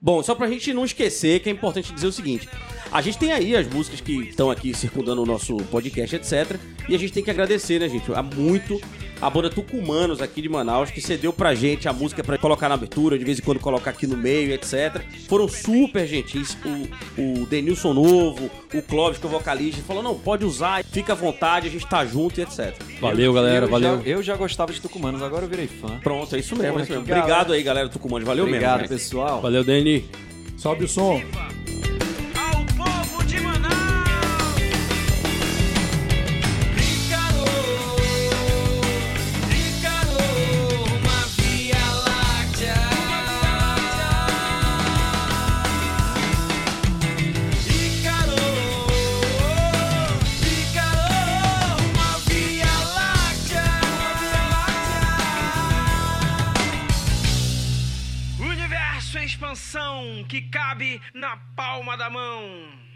A: Bom, só pra gente não esquecer que é importante dizer o seguinte: a gente tem aí as músicas que estão aqui circundando o nosso podcast, etc. E a gente tem que agradecer, né, gente? Há muito a banda Tucumanos aqui de Manaus, que cedeu pra gente a música pra colocar na abertura, de vez em quando colocar aqui no meio, etc. Foram super gentis. O, o Denilson Novo, o Clóvis, que é o vocalista, falou: não, pode usar, fica à vontade, a gente tá junto e etc.
D: Valeu, galera,
B: eu
D: valeu.
B: Já, eu já gostava de Tucumanos, agora eu virei fã.
A: Pronto, é isso mesmo. é isso mesmo.
B: Porra, que
A: Obrigado
B: galera.
A: aí, galera Tucumanos. Valeu
B: Obrigado,
A: mesmo. né? cara.
B: pessoal.
D: Valeu, Dani.
C: Sobe o som.
G: ao povo de Manaus. Tricolor, tricolor. que cabe na palma da mão.